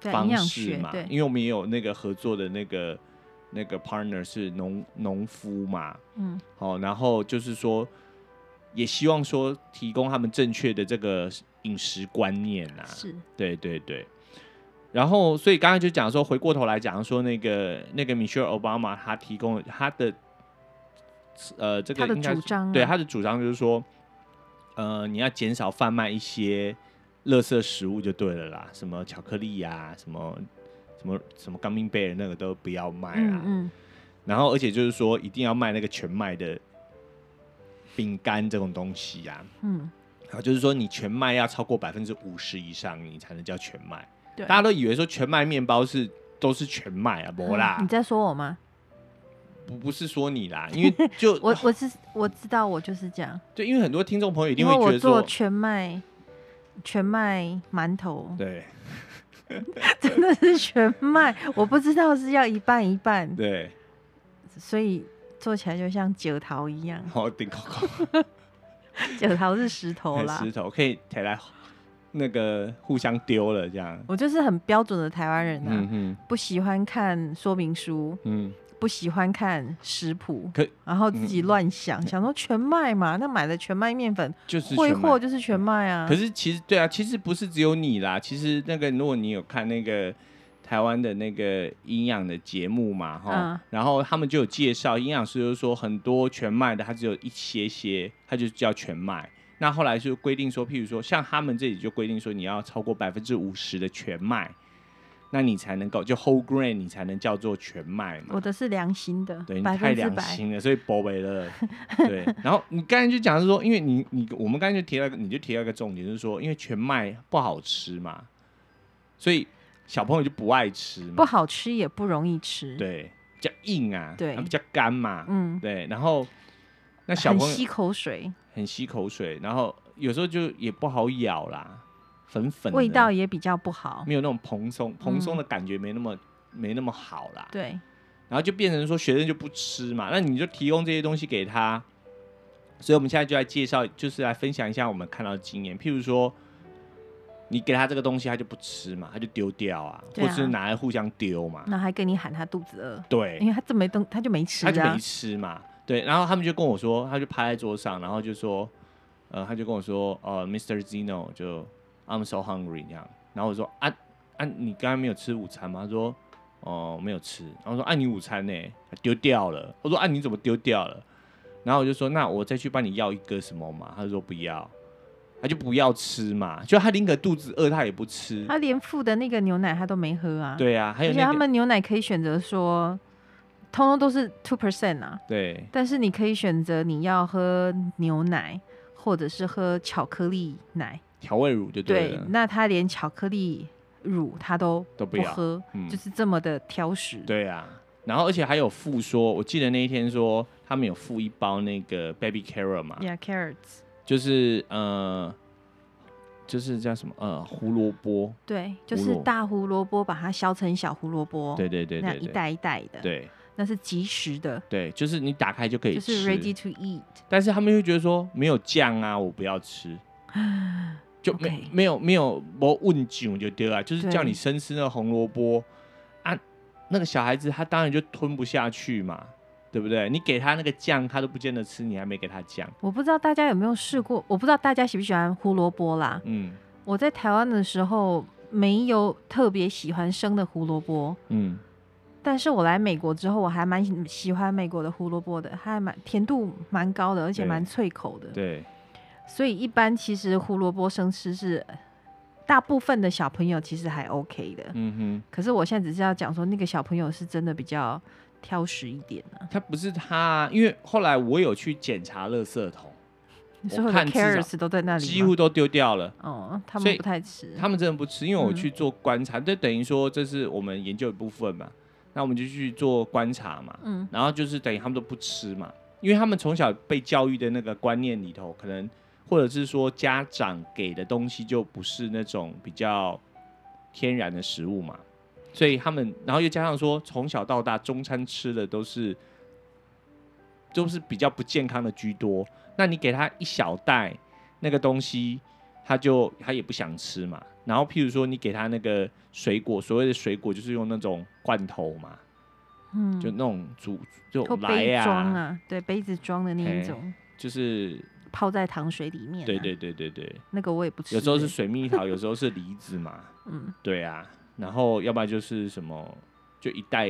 S2: 对
S1: 方
S2: 营养
S1: 式
S2: 学
S1: 嘛，
S2: 对，
S1: 因为我们也有那个合作的那个那个 partner 是农农夫嘛，
S2: 嗯
S1: 好、然后就是说也希望说提供他们正确的这个饮食观念啊，
S2: 是，
S1: 对对对。然后，所以刚才就讲说，回过头来讲说，那个那个 Michelle Obama 他提供了他的呃这个
S2: 他的
S1: 应该
S2: 主
S1: 是
S2: 张
S1: 对
S2: 啊
S1: 他的主张就是说，呃，你要减少贩卖一些垃圾食物就对了啦，什么巧克力呀、什么什么什么钢筋贝尔那个都不要卖啦
S2: 嗯。嗯，
S1: 然后，而且就是说，一定要卖那个全麦的饼干这种东西呀、
S2: 嗯，
S1: 啊，就是说你全麦要超过百分之五十以上，你才能叫全麦。
S2: 对
S1: 大家都以为说全麦面包是都是全麦啊，不啦
S2: 嗯你，在说我吗？
S1: 不不是说你啦，因为就
S2: 我我是我知道我就是这样，
S1: 对，因为很多听众朋哦友一定
S2: 因
S1: 会
S2: 为
S1: 觉
S2: 我
S1: 得
S2: 做
S1: 说，
S2: 全麦全麦馒头，
S1: 对
S2: 真的是全麦，我不知道是要一半一半，
S1: 对，
S2: 所以做起来就像九桃一样，
S1: 好顶扣扣
S2: 九桃是石 头啦
S1: 石。头可以抬来那个互相丢了这样，
S2: 我就是很标准的台湾人啊，
S1: 嗯哼
S2: 不喜欢看说明书，
S1: 嗯，
S2: 不喜欢看食谱
S1: 可，嗯
S2: 然后自己乱想，想说全麦嘛，那买了全麦面粉，
S1: 就是
S2: 挥
S1: 全麦
S2: 霍。就是全麦啊。
S1: 可是其实对啊，其实不是只有你啦，其实那个如果你有看那个台湾的那个营养的节目嘛，哈、
S2: 嗯
S1: 然后他们就有介绍，营养师就说很多全麦的它只有一些些，它就叫全麦。那后来就规定说，譬如说像他们这里就规定说，你要超过百分之五十的全麦，那你才能够就 whole grain，你才能叫做全麦嘛
S2: 我。的是良心的
S1: 对，你，
S2: 百
S1: 太
S2: 分之
S1: 良
S2: 百。
S1: 心了，所以包围了。对，然后你刚才就讲是说，因为你你我们刚才就提到一个，你就提到一个重点，就是说，因为全麦不好吃嘛，所以小朋友就不爱吃
S2: 不
S1: 嘛，
S2: 好吃也不容易吃，，
S1: 对，比较硬啊，
S2: 对
S1: 它比较干嘛，
S2: 嗯，
S1: 对，然后那小
S2: 很
S1: 朋友
S2: 吸口水，
S1: 很吸口水，然后有时候就也不好咬啦，粉粉的
S2: 味道嗯也比较不好，
S1: 没有那种蓬松，蓬松的感觉没那么、没那么好啦，
S2: 对，
S1: 然后就变成说学生就不吃嘛，那你就提供这些东西给他。所以我们现在就来介绍，就是来分享一下我们看到的经验，譬如说，你给他这个东西，他就不吃嘛，他就丢掉啊，
S2: 对啊
S1: 或是拿来互相丢嘛，
S2: 那还跟你喊他肚子饿，因
S1: 对，
S2: 为他这没东，他就没吃
S1: 他就
S2: 啊
S1: 没，吃嘛，对。然后他们就跟我说，他就趴在桌上，然后就说，呃，他就跟我说，呃，Mr. Zeno 就 I'm so hungry 这样，然后我说啊啊，你刚才没有吃午餐吗？他说哦、没有吃，然后我说啊你午餐呢丢掉了，我说啊你怎么丢掉了？然后我就说那我再去帮你要一个什么嘛，他就说不要，他就不要吃嘛，就他宁可肚子饿他也不吃，
S2: 他连附的那个牛奶他都没喝啊，，
S1: 对啊，还有
S2: 而且
S1: 那
S2: 他
S1: 个
S2: 们牛奶可以选择说，通通都是 two percent 啊，
S1: 对
S2: 但是你可以选择你要喝牛奶，或者是喝巧克力奶，
S1: 调味乳就
S2: 对，
S1: 了，
S2: 那他连巧克力乳他都
S1: 都不
S2: 不
S1: 要
S2: 喝，
S1: 嗯
S2: 就是这么的挑食，
S1: 对啊，然后而且还有附说，我记得那一天说他们有附一包那个 baby carrot 嘛，
S2: ，yeah carrots，
S1: 就是呃，就是叫什么呃胡萝卜，
S2: 对，就
S1: 胡
S2: 是
S1: 萝
S2: 大胡萝卜把它削成小胡萝卜，
S1: 对对对
S2: 哦那
S1: 对
S2: 样一
S1: 对
S2: 袋一袋的，
S1: 对
S2: 那是即食的，
S1: 对，就是你打开就可以
S2: 就
S1: 吃，
S2: 是 ready to eat。
S1: 但是他们又觉得说没有酱啊，我不要 吃。就没
S2: OK
S1: 没有没有我问酒就对了，就是叫
S2: 对
S1: 你生吃那个红萝卜啊，那个小孩子他当然就吞不下去嘛，对不对？你给他那个酱，他都不见得吃，你还没给他酱，
S2: 我不知道大家有没有试过，我不知道大家喜不喜欢胡萝卜啦。
S1: 嗯
S2: 我在台湾的时候没有特别喜欢生的胡萝卜，
S1: 嗯，
S2: 但是我来美国之后，我还蛮喜喜欢美国的胡萝卜的，它还蛮甜度蛮高的，而且
S1: 对
S2: 蛮脆口的。
S1: 对。
S2: 所以一般其实胡萝卜生吃是大部分的小朋友其实还 OK 的。
S1: 嗯
S2: 可是我现在只是要讲说，那个小朋友是真的比较挑食一点呢、
S1: 它不是它啊，因为后来我有去检查垃圾桶，
S2: 你所有
S1: 我
S2: 的
S1: 看至少
S2: carrots 都在那里吗，
S1: 几乎都丢掉了。
S2: 哦，他
S1: 所
S2: 们
S1: 以
S2: 不太吃。
S1: 他们真的不吃，因为我
S2: 嗯
S1: 去做观察，这等于说这是我们研究的一部分嘛。那我们就去做观察嘛，
S2: 嗯
S1: 然后就是等于他们都不吃嘛，因为他们从小被教育的那个观念里头，可能或者是说家长给的东西就不是那种比较天然的食物嘛，所以他们，然后又加上说从小到大中餐吃的都是都是比较不健康的居多，那你给他一小袋那个东西，他就他也不想吃嘛。然后譬如说你给他那个水果，所谓的水果就是用那种罐头嘛，
S2: 嗯，
S1: 就那种煮就
S2: 或
S1: 来
S2: 杯
S1: 呀、
S2: 装啊，对，杯子装的那一
S1: 嘿
S2: 种，
S1: 就是
S2: 泡在糖水里面、啊。
S1: 对，对对对对，
S2: 那个我也不吃欸。
S1: 有时候是水蜜桃，有时候是梨子嘛，
S2: 嗯
S1: 对啊，然后要不然就是什么，就一袋，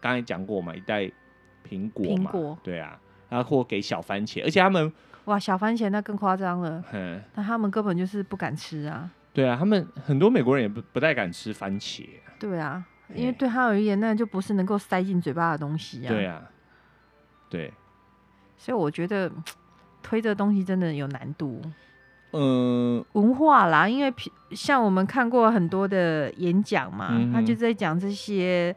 S1: 刚才讲过嘛，一袋苹果嘛，
S2: 苹果
S1: 对啊，然后或给小番茄，而且他们，
S2: 哇，小番茄那更夸张了，
S1: 嗯，
S2: 那他们根本就是不敢吃啊。
S1: 对啊，他们很多美国人也不不太敢吃番茄，
S2: 对啊，因
S1: 嘿
S2: 为对他而言，那就不是能够塞进嘴巴的东西啊。
S1: 对啊，对，
S2: 所以我觉得推这东西真的有难度。
S1: 嗯
S2: 文化啦，因为譬像我们看过很多的演讲嘛，
S1: 嗯哼
S2: 他就在讲这些，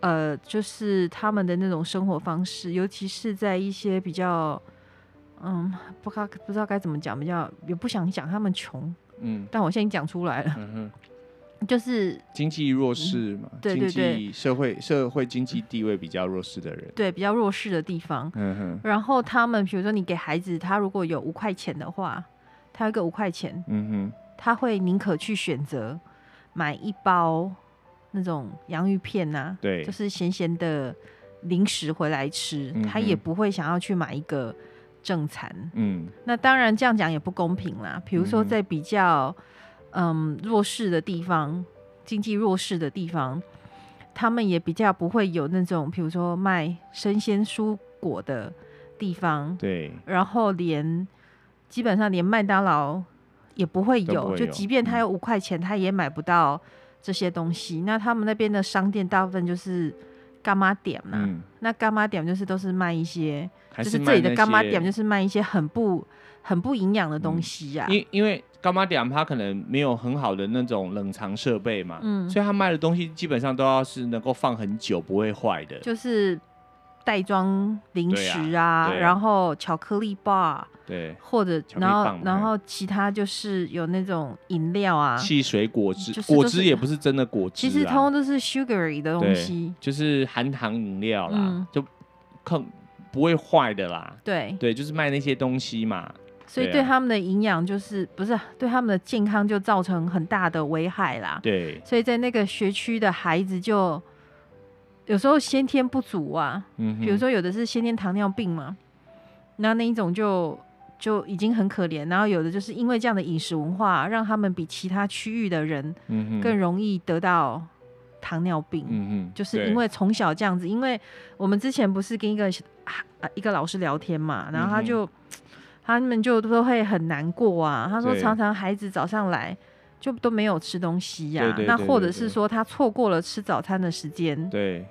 S2: 呃，就是他们的那种生活方式，尤其是在一些比较，嗯，不知道不知道该怎么讲，比较也不想讲他们穷，
S1: 嗯
S2: 但我现在已经讲出来了，
S1: 嗯哼，
S2: 就是
S1: 经济弱势嘛，
S2: 嗯对对对
S1: 经济社会社会经济地位比较弱势的人，
S2: 对比较弱势的地方。
S1: 嗯哼，
S2: 然后他们，比如说你给孩子，他如果有五块钱的话，他有一个五块钱，
S1: 嗯
S2: 他会宁可去选择买一包那种洋芋片呐、
S1: 哼，对
S2: 就，是咸咸的零食回来吃，
S1: 嗯哼
S2: 他也不会想要去买一个正餐。
S1: 嗯
S2: 那当然这样讲也不公平啦。比如说
S1: 嗯哼
S2: 在比较嗯弱势的地方，经济弱势的地方，他们也比较不会有那种，比如说卖生鲜蔬果的地方，
S1: 对，
S2: 然后连基本上连麦当劳也不会
S1: 都
S2: 有，
S1: 不会
S2: 就
S1: 有
S2: 即便他
S1: 嗯
S2: 有五块钱，他也买不到这些东西。那他们那边的商店大部分就是干妈点嘛、
S1: 嗯，
S2: 那干妈点就是都是卖一些，
S1: 还
S2: 就是这
S1: 卖
S2: 里的
S1: 那
S2: 干妈
S1: 些
S2: 点就是卖一些很不很不营养的东
S1: 嗯
S2: 西呀、
S1: 因因为干妈点它可能没有很好的那种冷藏设备嘛，
S2: 嗯
S1: 所以它卖的东西基本上都要是能够放很久不会坏的，
S2: 就是袋装零
S1: 对啊
S2: 食啊，
S1: 对啊
S2: 然后巧克力 bar，
S1: 对，
S2: 或者
S1: 巧克力
S2: 然后
S1: 棒
S2: 然
S1: 嗯
S2: 后其他就是有那种饮料啊，
S1: 汽水、果汁，
S2: 就是
S1: 果
S2: 都是
S1: 汁也不是真的果汁、啊，
S2: 其实通通都是 sugary 的东
S1: 对
S2: 西。
S1: 就是含糖饮料啦，
S2: 嗯
S1: 就更不会坏的啦，
S2: 对，
S1: 对，就是卖那些东西嘛，
S2: 所以
S1: 对啊
S2: 对他们的营养就是不是对他们的健康就造成很大的危害啦。
S1: 对，
S2: 所以在那个学区的孩子就有时候先天不足啊，
S1: 嗯哼，
S2: 比如说有的是先天糖尿病嘛，那那一种就就已经很可怜，然后有的就是因为这样的饮食文化，让他们比其他区域的人
S1: 嗯哼，
S2: 更容易得到糖尿病。
S1: 嗯哼，
S2: 就是
S1: 对
S2: 因为从小这样子，因为我们之前不是跟一个啊一个老师聊天嘛，然后他
S1: 嗯哼
S2: 就、他们就都会很难过啊。他说
S1: 对
S2: 常常孩子早上来就都没有吃东西呀、
S1: 对对
S2: 那
S1: 对
S2: 或
S1: 对
S2: 者是
S1: 对
S2: 说他错过了吃早餐的时间，
S1: 对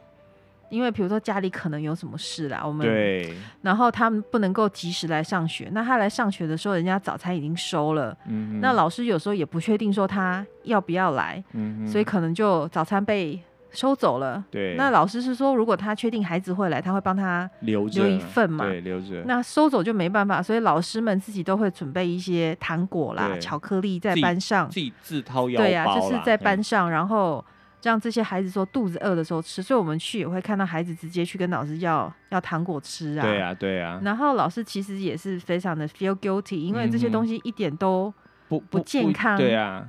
S2: 因为比如说家里可能有什么事啦，我们
S1: 对，
S2: 然后他们不能够及时来上学，那他来上学的时候，人家早餐已经收了，
S1: 嗯哼，
S2: 那老师有时候也不确定说他要不要来，
S1: 嗯哼，
S2: 所以可能就早餐被收走了。
S1: 对，
S2: 那老师是说，如果他确定孩子会来，他会帮他。
S1: 留着
S2: 留一份嘛
S1: 对，留着，
S2: 那收走就没办法，所以老师们自己都会准备一些糖果啦、
S1: 对
S2: 巧克力在
S1: 自己
S2: 班上。
S1: 自己自掏腰包
S2: 啊对呀、
S1: 啦，
S2: 就是在
S1: 嘿
S2: 班上，然后让这些孩子说肚子饿的时候吃。所以我们去也会看到孩子直接去跟老师要要糖果吃啊。
S1: 对啊，对啊，
S2: 然后老师其实也是非常的 feel guilty，因为这些
S1: 嗯哼
S2: 东西一点都……
S1: 不
S2: 不健
S1: 一
S2: 康
S1: 对啊，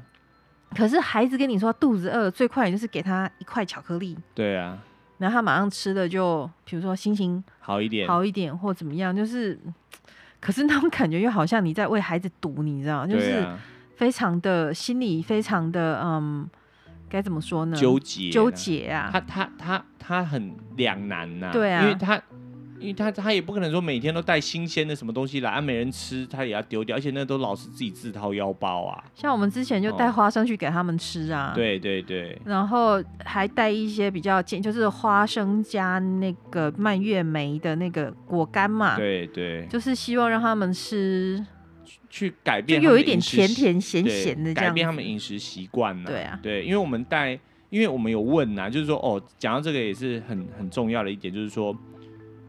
S2: 可是孩子跟你说肚子饿了，最快也就是给他一块巧克力，
S1: 对啊，
S2: 然后他马上吃的就，比如说心情
S1: 好一点，
S2: 好一点或怎么样，就是，可是那种感觉又好像你在为孩子赌，你知道吗，就
S1: 对
S2: 是
S1: 啊，
S2: 非常的心里非常的嗯，该怎么说呢？
S1: 纠结
S2: 嗯纠
S1: 啦，
S2: 结啊，
S1: 他他他他很两难呐，
S2: 对啊
S1: 因为他因为他他也不可能说每天都带新鲜的什么东西来，啊，没人吃他也要丢掉，而且那都老是自己自掏腰包啊。
S2: 像我们之前就带
S1: 哦
S2: 花生去给他们吃啊，，
S1: 对对对，
S2: 然后还带一些比较健，就是花生加那个蔓越莓的那个果干嘛，
S1: 对对，
S2: 啊就是希望让他们吃，
S1: 去改
S2: 就
S1: 变他
S2: 有
S1: 们
S2: 一
S1: 的
S2: 点
S1: 饮食
S2: 甜
S1: 习
S2: 甜咸
S1: 对
S2: 咸的这
S1: 改
S2: 样
S1: 变他
S2: 子。
S1: 们饮食习惯呢。
S2: 对啊，
S1: 对，因为我们带，因为我们有问呐、就是说哦，讲到这个也是很很重要的一点，就是说，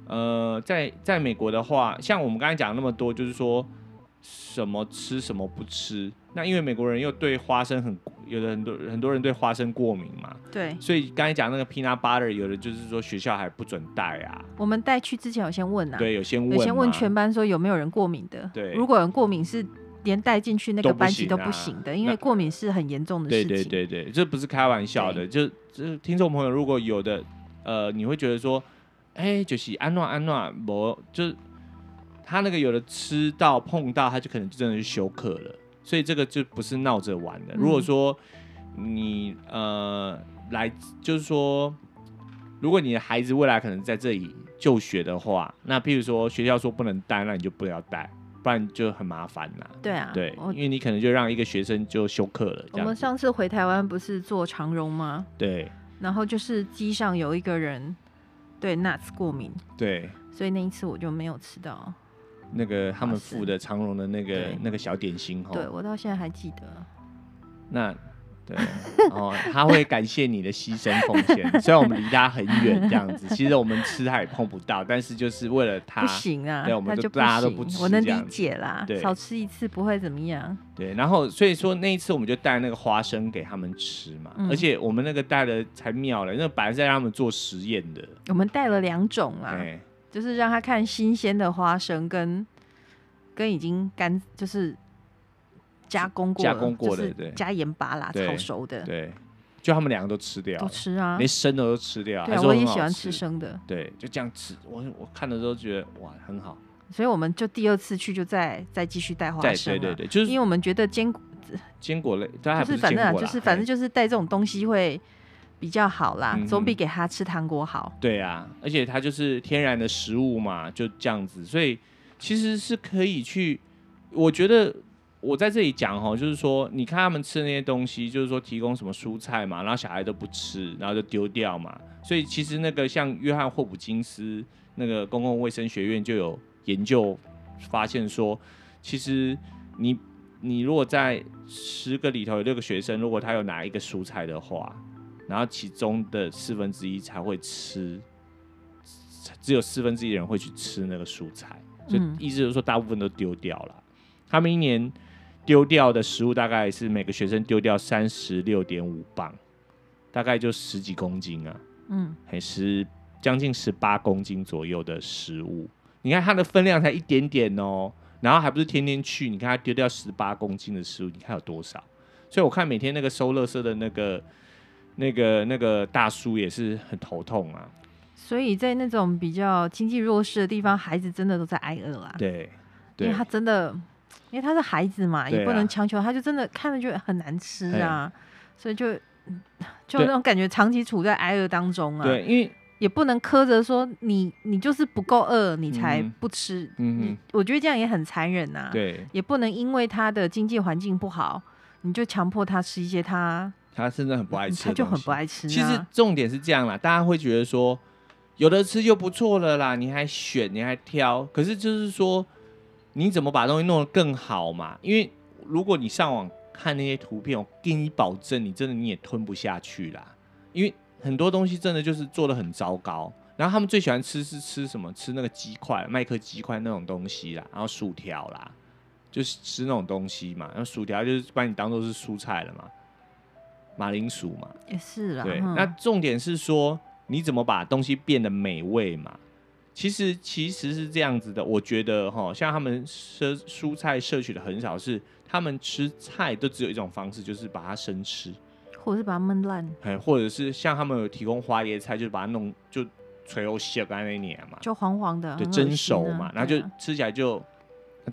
S1: 呃，在在美国的话，像我们刚才讲了那么多，就是说什么吃什么不吃，那因为美国人又对花生很，有的很多很多人对花生过敏嘛，
S2: 对，
S1: 所以刚才讲那个 peanut butter，有的就是说学校还不准带啊，
S2: 我们带去之前有先问啊，
S1: 对，有先问嘛，
S2: 有先问全班说有没有人过敏的，
S1: 对
S2: 如果有人过敏是连带进去那个
S1: 都不
S2: 班级都
S1: 行啊
S2: 不行的，因
S1: 那
S2: 为过敏是很严重的事
S1: 对
S2: 情。
S1: 对对对，这不是开玩笑的，就就听众朋友，如果有的，呃，你会觉得说，哎、就是安诺安诺，我就是他那个有的吃到碰到，他就可能就真的是休克了，所以这个就不是闹着玩的。如果
S2: 嗯
S1: 说你呃来，就是说，如果你的孩子未来可能在这里就学的话，那譬如说学校说不能带，那你就不要带，不然就很麻烦啦。
S2: 对啊，
S1: 对，
S2: 我
S1: 因为你可能就让一个学生就休克了，这
S2: 我
S1: 样
S2: 们
S1: 子
S2: 上次回台湾不是做长荣吗？
S1: 对
S2: 然后就是机上有一个人对 nuts 过敏，
S1: 对，
S2: 所以那一次我就没有吃到。
S1: 那个他们附
S2: 是
S1: 的长荣的那个
S2: 对
S1: 那个小点心哈，
S2: 对我到现在还记
S1: 啊
S2: 得，
S1: 那对 哦，他会感谢你的牺牲奉献， 虽然我们离他很远这 样子，其实我们吃他也碰不到，但是就是为了他
S2: 不，行啊，
S1: 对我们
S2: 那
S1: 就
S2: 就不
S1: 大家都
S2: 行
S1: 不吃
S2: 我能
S1: 这样
S2: 理
S1: 子
S2: 解啦
S1: 对，
S2: 少吃一次不会怎么样。
S1: 对，然后所以说那一次我们就带那个花生给他们吃嘛，
S2: 嗯
S1: 而且我们那个带的才妙了，那个本来是让他们做实验的，
S2: 我们带了两种啊啦，
S1: 哎，
S2: 就是让他看新鲜的花生跟跟已经干就是加工过
S1: 加
S2: 了
S1: 工过的
S2: 就是
S1: 对
S2: 加盐巴啦
S1: 对
S2: 炒熟的
S1: 对，就他们两个都吃掉
S2: 都
S1: 了，
S2: 吃啊
S1: 连。生的都吃掉，
S2: 对
S1: 还
S2: 啊，
S1: 说
S2: 我也
S1: 很好
S2: 喜欢
S1: 吃
S2: 吃生的，
S1: 对，就这样吃，我我看的时候觉得哇很好，
S2: 所以我们就第二次去就再再继续带花
S1: 对
S2: 生
S1: 对
S2: 啊
S1: 对对，就
S2: 因
S1: 是
S2: 为我们觉得坚果
S1: 坚果类，它还
S2: 就
S1: 不
S2: 是
S1: 坚
S2: 反正啊，
S1: 果啦，
S2: 就是反正
S1: 就
S2: 就是带这种东西会比较好啦，
S1: 嗯
S2: 总比
S1: 哼
S2: 给他吃糖果好。
S1: 对啊，而且它就是天然的食物嘛，就这样子，所以其实是可以去，我觉得。我在这里讲哦，就是说，你看他们吃那些东西，就是说提供什么蔬菜嘛，然后小孩都不吃，然后就丢掉嘛。所以其实那个像约翰霍普金斯那个公共卫生学院就有研究发现说，其实你你如果在十个里头有六个学生，如果他有哪一个蔬菜的话，然后其中的四分之一才会吃，只有四分之一的人会去吃那个蔬菜，所以
S2: 嗯
S1: 意思就是说大部分都丢掉了。他们一年丢掉的食物大概是每个学生丢掉三十六点五磅，大概就十几公斤啊。
S2: 嗯，
S1: 还是将近十八公斤左右的食物。你看它的分量才一点点哦，然后还不是天天去？你看它丢掉十八公斤的食物，你看有多少？所以我看每天那个收垃圾的那个、那个、那个大叔也是很头痛啊。
S2: 所以在那种比较经济弱势的地方，孩子真的都在挨饿啊，
S1: 对，
S2: 因
S1: 对
S2: 为，他真的，因为他是孩子嘛，
S1: 对
S2: 也
S1: 啊
S2: 不能强求，他就真的看着就很难吃啊，所以就。嗯就
S1: 对
S2: 那种感觉，长期处在挨饿当中啊，
S1: 对，因为
S2: 也不能苛责说你你就是不够饿，你才
S1: 嗯哼
S2: 不吃。
S1: 嗯哼
S2: 你我觉得这样也很残忍呐、，
S1: 对，
S2: 也不能因为他的经济环境不好，你就强迫他吃一些他
S1: 他真的很不爱吃，
S2: 嗯他就很不。爱吃、啊。
S1: 其实重点是这样啦，大家会觉得说，有的吃就不错了啦，你还选，你还挑，可是就是说，你怎么把东西弄得更好嘛？因为如果你上网看那些图片，我给你保证，你真的你也吞不下去啦，因为很多东西真的就是做的很糟糕。然后他们最喜欢吃是吃什么？吃那个鸡块、麦克鸡块那种东西啦，然后薯条啦，就是吃那种东西嘛。然后薯条就是把你当做是蔬菜了嘛，马铃薯嘛。
S2: 也是啦，
S1: 对，
S2: 嗯
S1: 那重点是说你怎么把东西变得美味嘛？其实其实是这样子的，我觉得哈，像他们摄蔬菜摄取的很少是，他们吃菜都只有一种方式，就是把它生吃，
S2: 或者是把它焖烂，
S1: 哎，或者是像他们有提供花椰菜，就是把它弄就垂头卸干那年嘛，
S2: 就黄黄的，
S1: 对，
S2: 很恶
S1: 蒸
S2: 心
S1: 熟
S2: 啊
S1: 嘛，然后
S2: 对
S1: 就
S2: 啊
S1: 吃起来就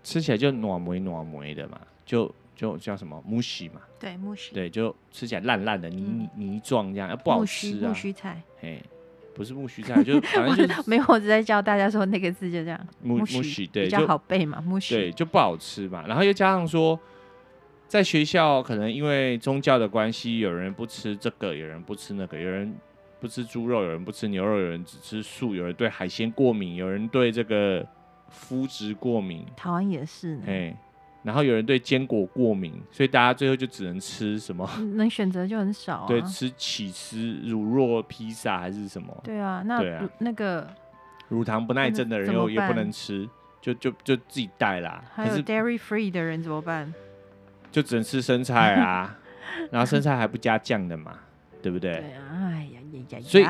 S1: 吃起来就软梅软梅的嘛，就就叫什么 mushy 嘛，
S2: 对木须嗯
S1: 对，就吃起来烂烂的泥泥泥状这样，啊不好
S2: 木须
S1: 吃啊
S2: 木，须菜，
S1: 哎，不是木须菜， 就是反正就是
S2: 没有，我只在教大家说那个字就这样，
S1: 木
S2: 木
S1: 木
S2: 须
S1: 须对，
S2: 比
S1: 就
S2: 较好背嘛，木须
S1: 对，就不好吃嘛。然后又加上说，在学校可能因为宗教的关系，有人不吃这个，有人不吃那个，有人不吃猪肉，有人不吃牛肉，有人只吃素，有人对海鲜过敏，有人对这个肤质过敏，
S2: 台湾也是呢，
S1: 哎，然后有人对坚果过敏，所以大家最后就只能吃什么？
S2: 能选择就很少啊。
S1: 对，吃起司、乳酪、披萨还是什么？
S2: 对啊，那
S1: 对啊
S2: 如那个
S1: 乳糖不耐症的人
S2: 那怎
S1: 又
S2: 么
S1: 也不
S2: 办
S1: 能吃，就就就自己带啦。
S2: 还
S1: 可
S2: 有
S1: 是
S2: dairy free 的人怎么办？
S1: 就只能吃生菜啊， 然后生菜还不加酱的嘛，对不对？
S2: 对啊，哎呀呀呀呀！
S1: 所以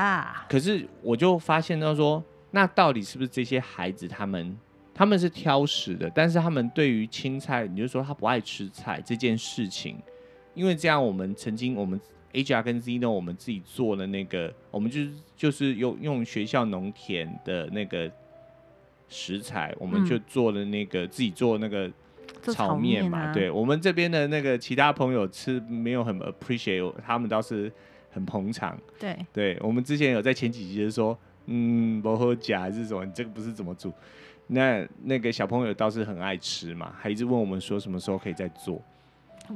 S1: 可是我就发现到说，那到底是不是这些孩子他们他们是挑食的，但是他们对于青菜，你就说他不爱吃菜这件事情，因为这样我们曾经我们 HR 跟 Z 呢，我们自己做了那个，我们就是就是用用学校农田的那个食材，我们
S2: 嗯
S1: 就做了那个、自己做那个
S2: 做
S1: 炒
S2: 面
S1: 面嘛，
S2: 啊
S1: 对我们这边的那个其他朋友吃没有很 appreciate，他们倒是很捧场。
S2: 对，
S1: 对我们之前有在前几集就说，嗯，薄荷甲还是什么，你这个不是怎么煮？那那个小朋友倒是很爱吃嘛，还一直问我们说什么时候可以再做。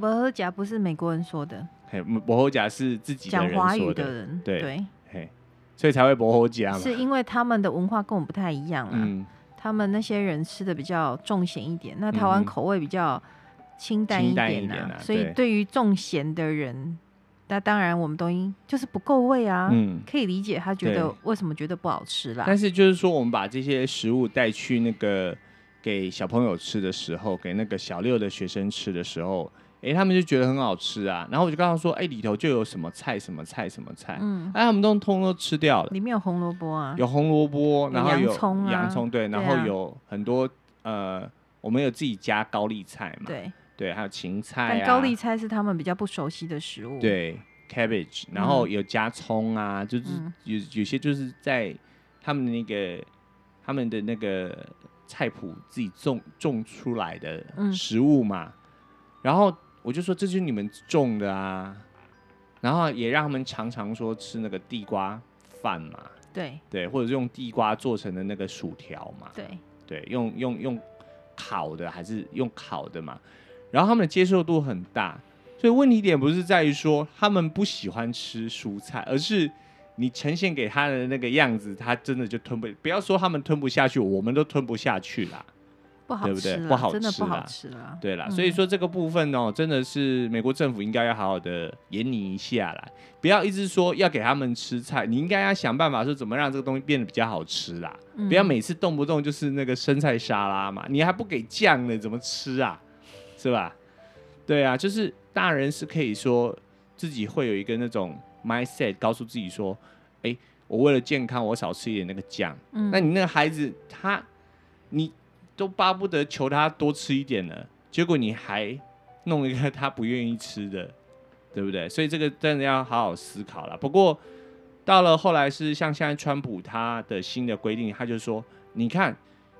S2: 我喝甲不是美国人说的，
S1: 嘿，薄荷甲是自己的
S2: 讲
S1: 人
S2: 华
S1: 说
S2: 语
S1: 的，
S2: 人，
S1: 对
S2: 对，
S1: 嘿，所以才会薄荷甲嘛。
S2: 是因为他们的文化跟我们不太一样啦。
S1: 嗯，
S2: 他们那些人吃的比较重咸一点，那台
S1: 嗯
S2: 湾
S1: 哼
S2: 口味比较清淡
S1: 清
S2: 一
S1: 淡
S2: 点
S1: 一点啊
S2: 所以
S1: 对
S2: 对于重咸的人，那当然我们东西就是不够味啊，
S1: 嗯
S2: 可以理解他觉
S1: 对
S2: 得为什么觉得不好吃啦。
S1: 但是就是说，我们把这些食物带去那个给小朋友吃的时候，给那个小六的学生吃的时候，诶，他们就觉得很好吃啊。然后我就告诉他说，诶，里头就有什么菜、什么菜、什么菜，
S2: 嗯，
S1: 哎、他们都通都吃掉了，
S2: 里面有红萝卜啊，
S1: 有红萝卜，然后有
S2: 洋葱啊
S1: 洋葱对，
S2: 对
S1: 然
S2: 啊
S1: 后有很多、呃，我们有自己加高丽菜嘛，
S2: 对，
S1: 对还有芹菜
S2: 但
S1: 啊，
S2: 高丽菜是他们比较不熟悉的食物。，
S1: 对 cabbage，然后有加葱啊，就是
S2: 嗯
S1: 有有些就是在他们那个他们的那个菜谱自己种种出来的
S2: 嗯
S1: 食物嘛，然后我就说这就是你们种的啊，然后也让他们常常说吃那个地瓜饭嘛，
S2: 对，
S1: 对，或者是用地瓜做成的那个薯条嘛，
S2: 对，
S1: 对，用用用烤的还是用烤的嘛，然后他们的接受度很大，所以问题点不是在于说他们不喜欢吃蔬菜，而是你呈现给他的那个样子，他真的就吞不，不要说他们吞不下去，我们都吞不下去啦，
S2: 不好
S1: 对不对
S2: 吃啦，
S1: 不好
S2: 真的
S1: 吃
S2: 不好
S1: 啦
S2: 吃啦。
S1: 对啦，
S2: 嗯
S1: 所以说这个部分哦，真的是美国政府应该要好好的研拟一下啦，不要一直说要给他们吃菜，你应该要想办法说怎么让这个东西变得比较好吃啦。
S2: 嗯
S1: 不要每次动不动就是那个生菜沙拉嘛，你还不给酱呢，怎么吃啊？是吧？对啊，就是大人是可以说自己会有一个那种 mindset，告诉自己说，哎、我为了健康，我少吃一点那个酱。
S2: 嗯
S1: 那你那个孩子他，你都巴不得求他多吃一点了，结果你还弄一个他不愿意吃的，对不对？所以这个真的要好好思考了。不过到了后来是像现在川普他的新的规定，他就说，你看，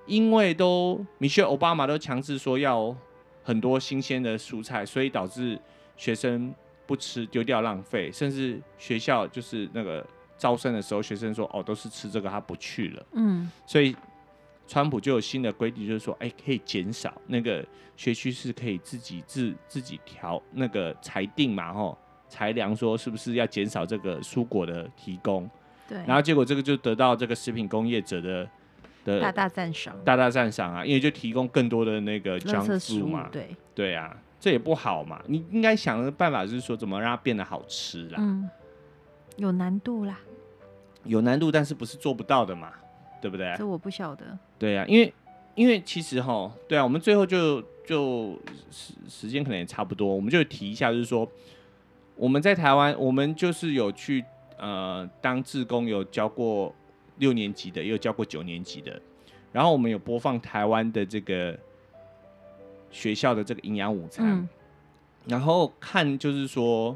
S1: 因为都米歇尔奥巴马都强制说要很多新鲜的蔬菜，所以导致学生不吃丢掉浪费，甚至学校就是那个招生的时候，学生说哦都是吃这个，他不去了。
S2: 嗯
S1: 所以川普就有新的规定，就是说，哎、可以减少那个学区是可以自己自自己调那个裁定嘛，吼，裁量说是不是要减少这个蔬果的提供，
S2: 对，
S1: 然后结果这个就得到这个食品工业者的的
S2: 大大赞赏，
S1: 大大赞赏啊，因为就提供更多的那个
S2: 垃
S1: junk
S2: 圾食
S1: food
S2: 物
S1: 嘛，
S2: 对，
S1: 对啊，这也不好嘛，你应该想的办法是说怎么让它变得好吃啦，
S2: 嗯，有难度啦，
S1: 有难度，但是不是做不到的嘛，对不对？
S2: 这我不晓得。
S1: 对呀、因为因为其实哈，对啊，我们最后就就时时间可能也差不多，我们就提一下，就是说我们在台湾，我们就是有去呃当志工，有教过六年级的，也有教过九年级的，然后我们有播放台湾的这个学校的这个营养午餐，
S2: 嗯
S1: 然后看就是说，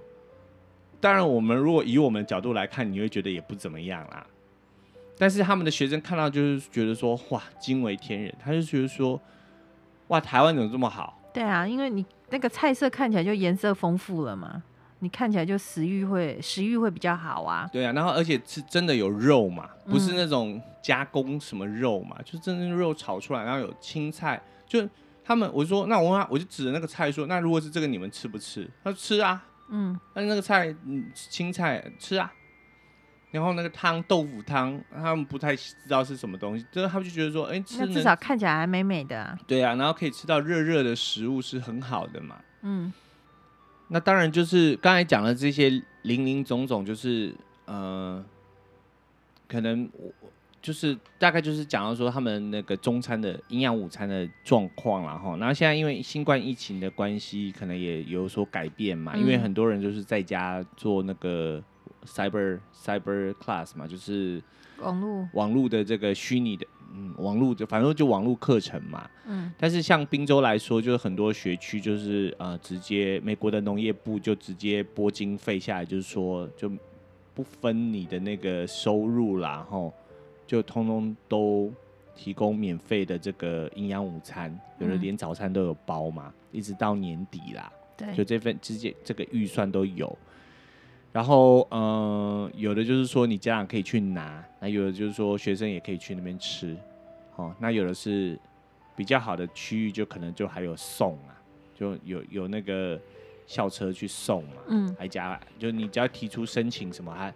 S1: 当然我们如果以我们的角度来看，你会觉得也不怎么样啦。但是他们的学生看到就是觉得说，哇，惊为天人，他就觉得说，哇，台湾怎么这么好？
S2: 对啊，因为你那个菜色看起来就颜色丰富了嘛，你看起来就食欲会食欲会比较好啊。
S1: 对啊，然后而且是真的有肉嘛，不是那种加工什么肉嘛，就真正肉炒出来，然后有青菜。就他们我就说，那我问他，我就指着那个菜说，那如果是这个你们吃不吃？他说吃啊，
S2: 嗯，
S1: 但是那个菜，嗯，青菜吃啊。然后那个汤豆腐汤，他们不太知道是什么东西，就是他们就觉得说，哎，吃
S2: 那至
S1: 能
S2: 少看起来还美美的、啊。
S1: 对啊，然后可以吃到热热的食物是很好的嘛。
S2: 嗯，
S1: 那当然就是刚才讲的这些零零总总，就是呃，可能我就是大概就是讲到说他们那个中餐的营养午餐的状况啦哈。然后现在因为新冠疫情的关系，可能也有所改变嘛，
S2: 嗯
S1: 因为很多人就是在家做那个 cyber cyber class 嘛，就是
S2: 网络，
S1: 网络的这个虚拟的，嗯，网络的反正就网络课程嘛。
S2: 嗯
S1: 但是像滨州来说，就是很多学区就是呃，直接美国的农业部就直接拨经费下来，就是说就不分你的那个收入啦，吼，就通通都提供免费的这个营养午餐，有的
S2: 嗯
S1: 连早餐都有包嘛，一直到年底啦。就
S2: 对，
S1: 这份之间这个预算都有。然后，呃，有的就是说你家长可以去拿，那有的就是说学生也可以去那边吃，哦，那有的是比较好的区域，就可能就还有送啊，就有有那个校车去送嘛，
S2: 嗯
S1: 还加就你只要提出申请什么，还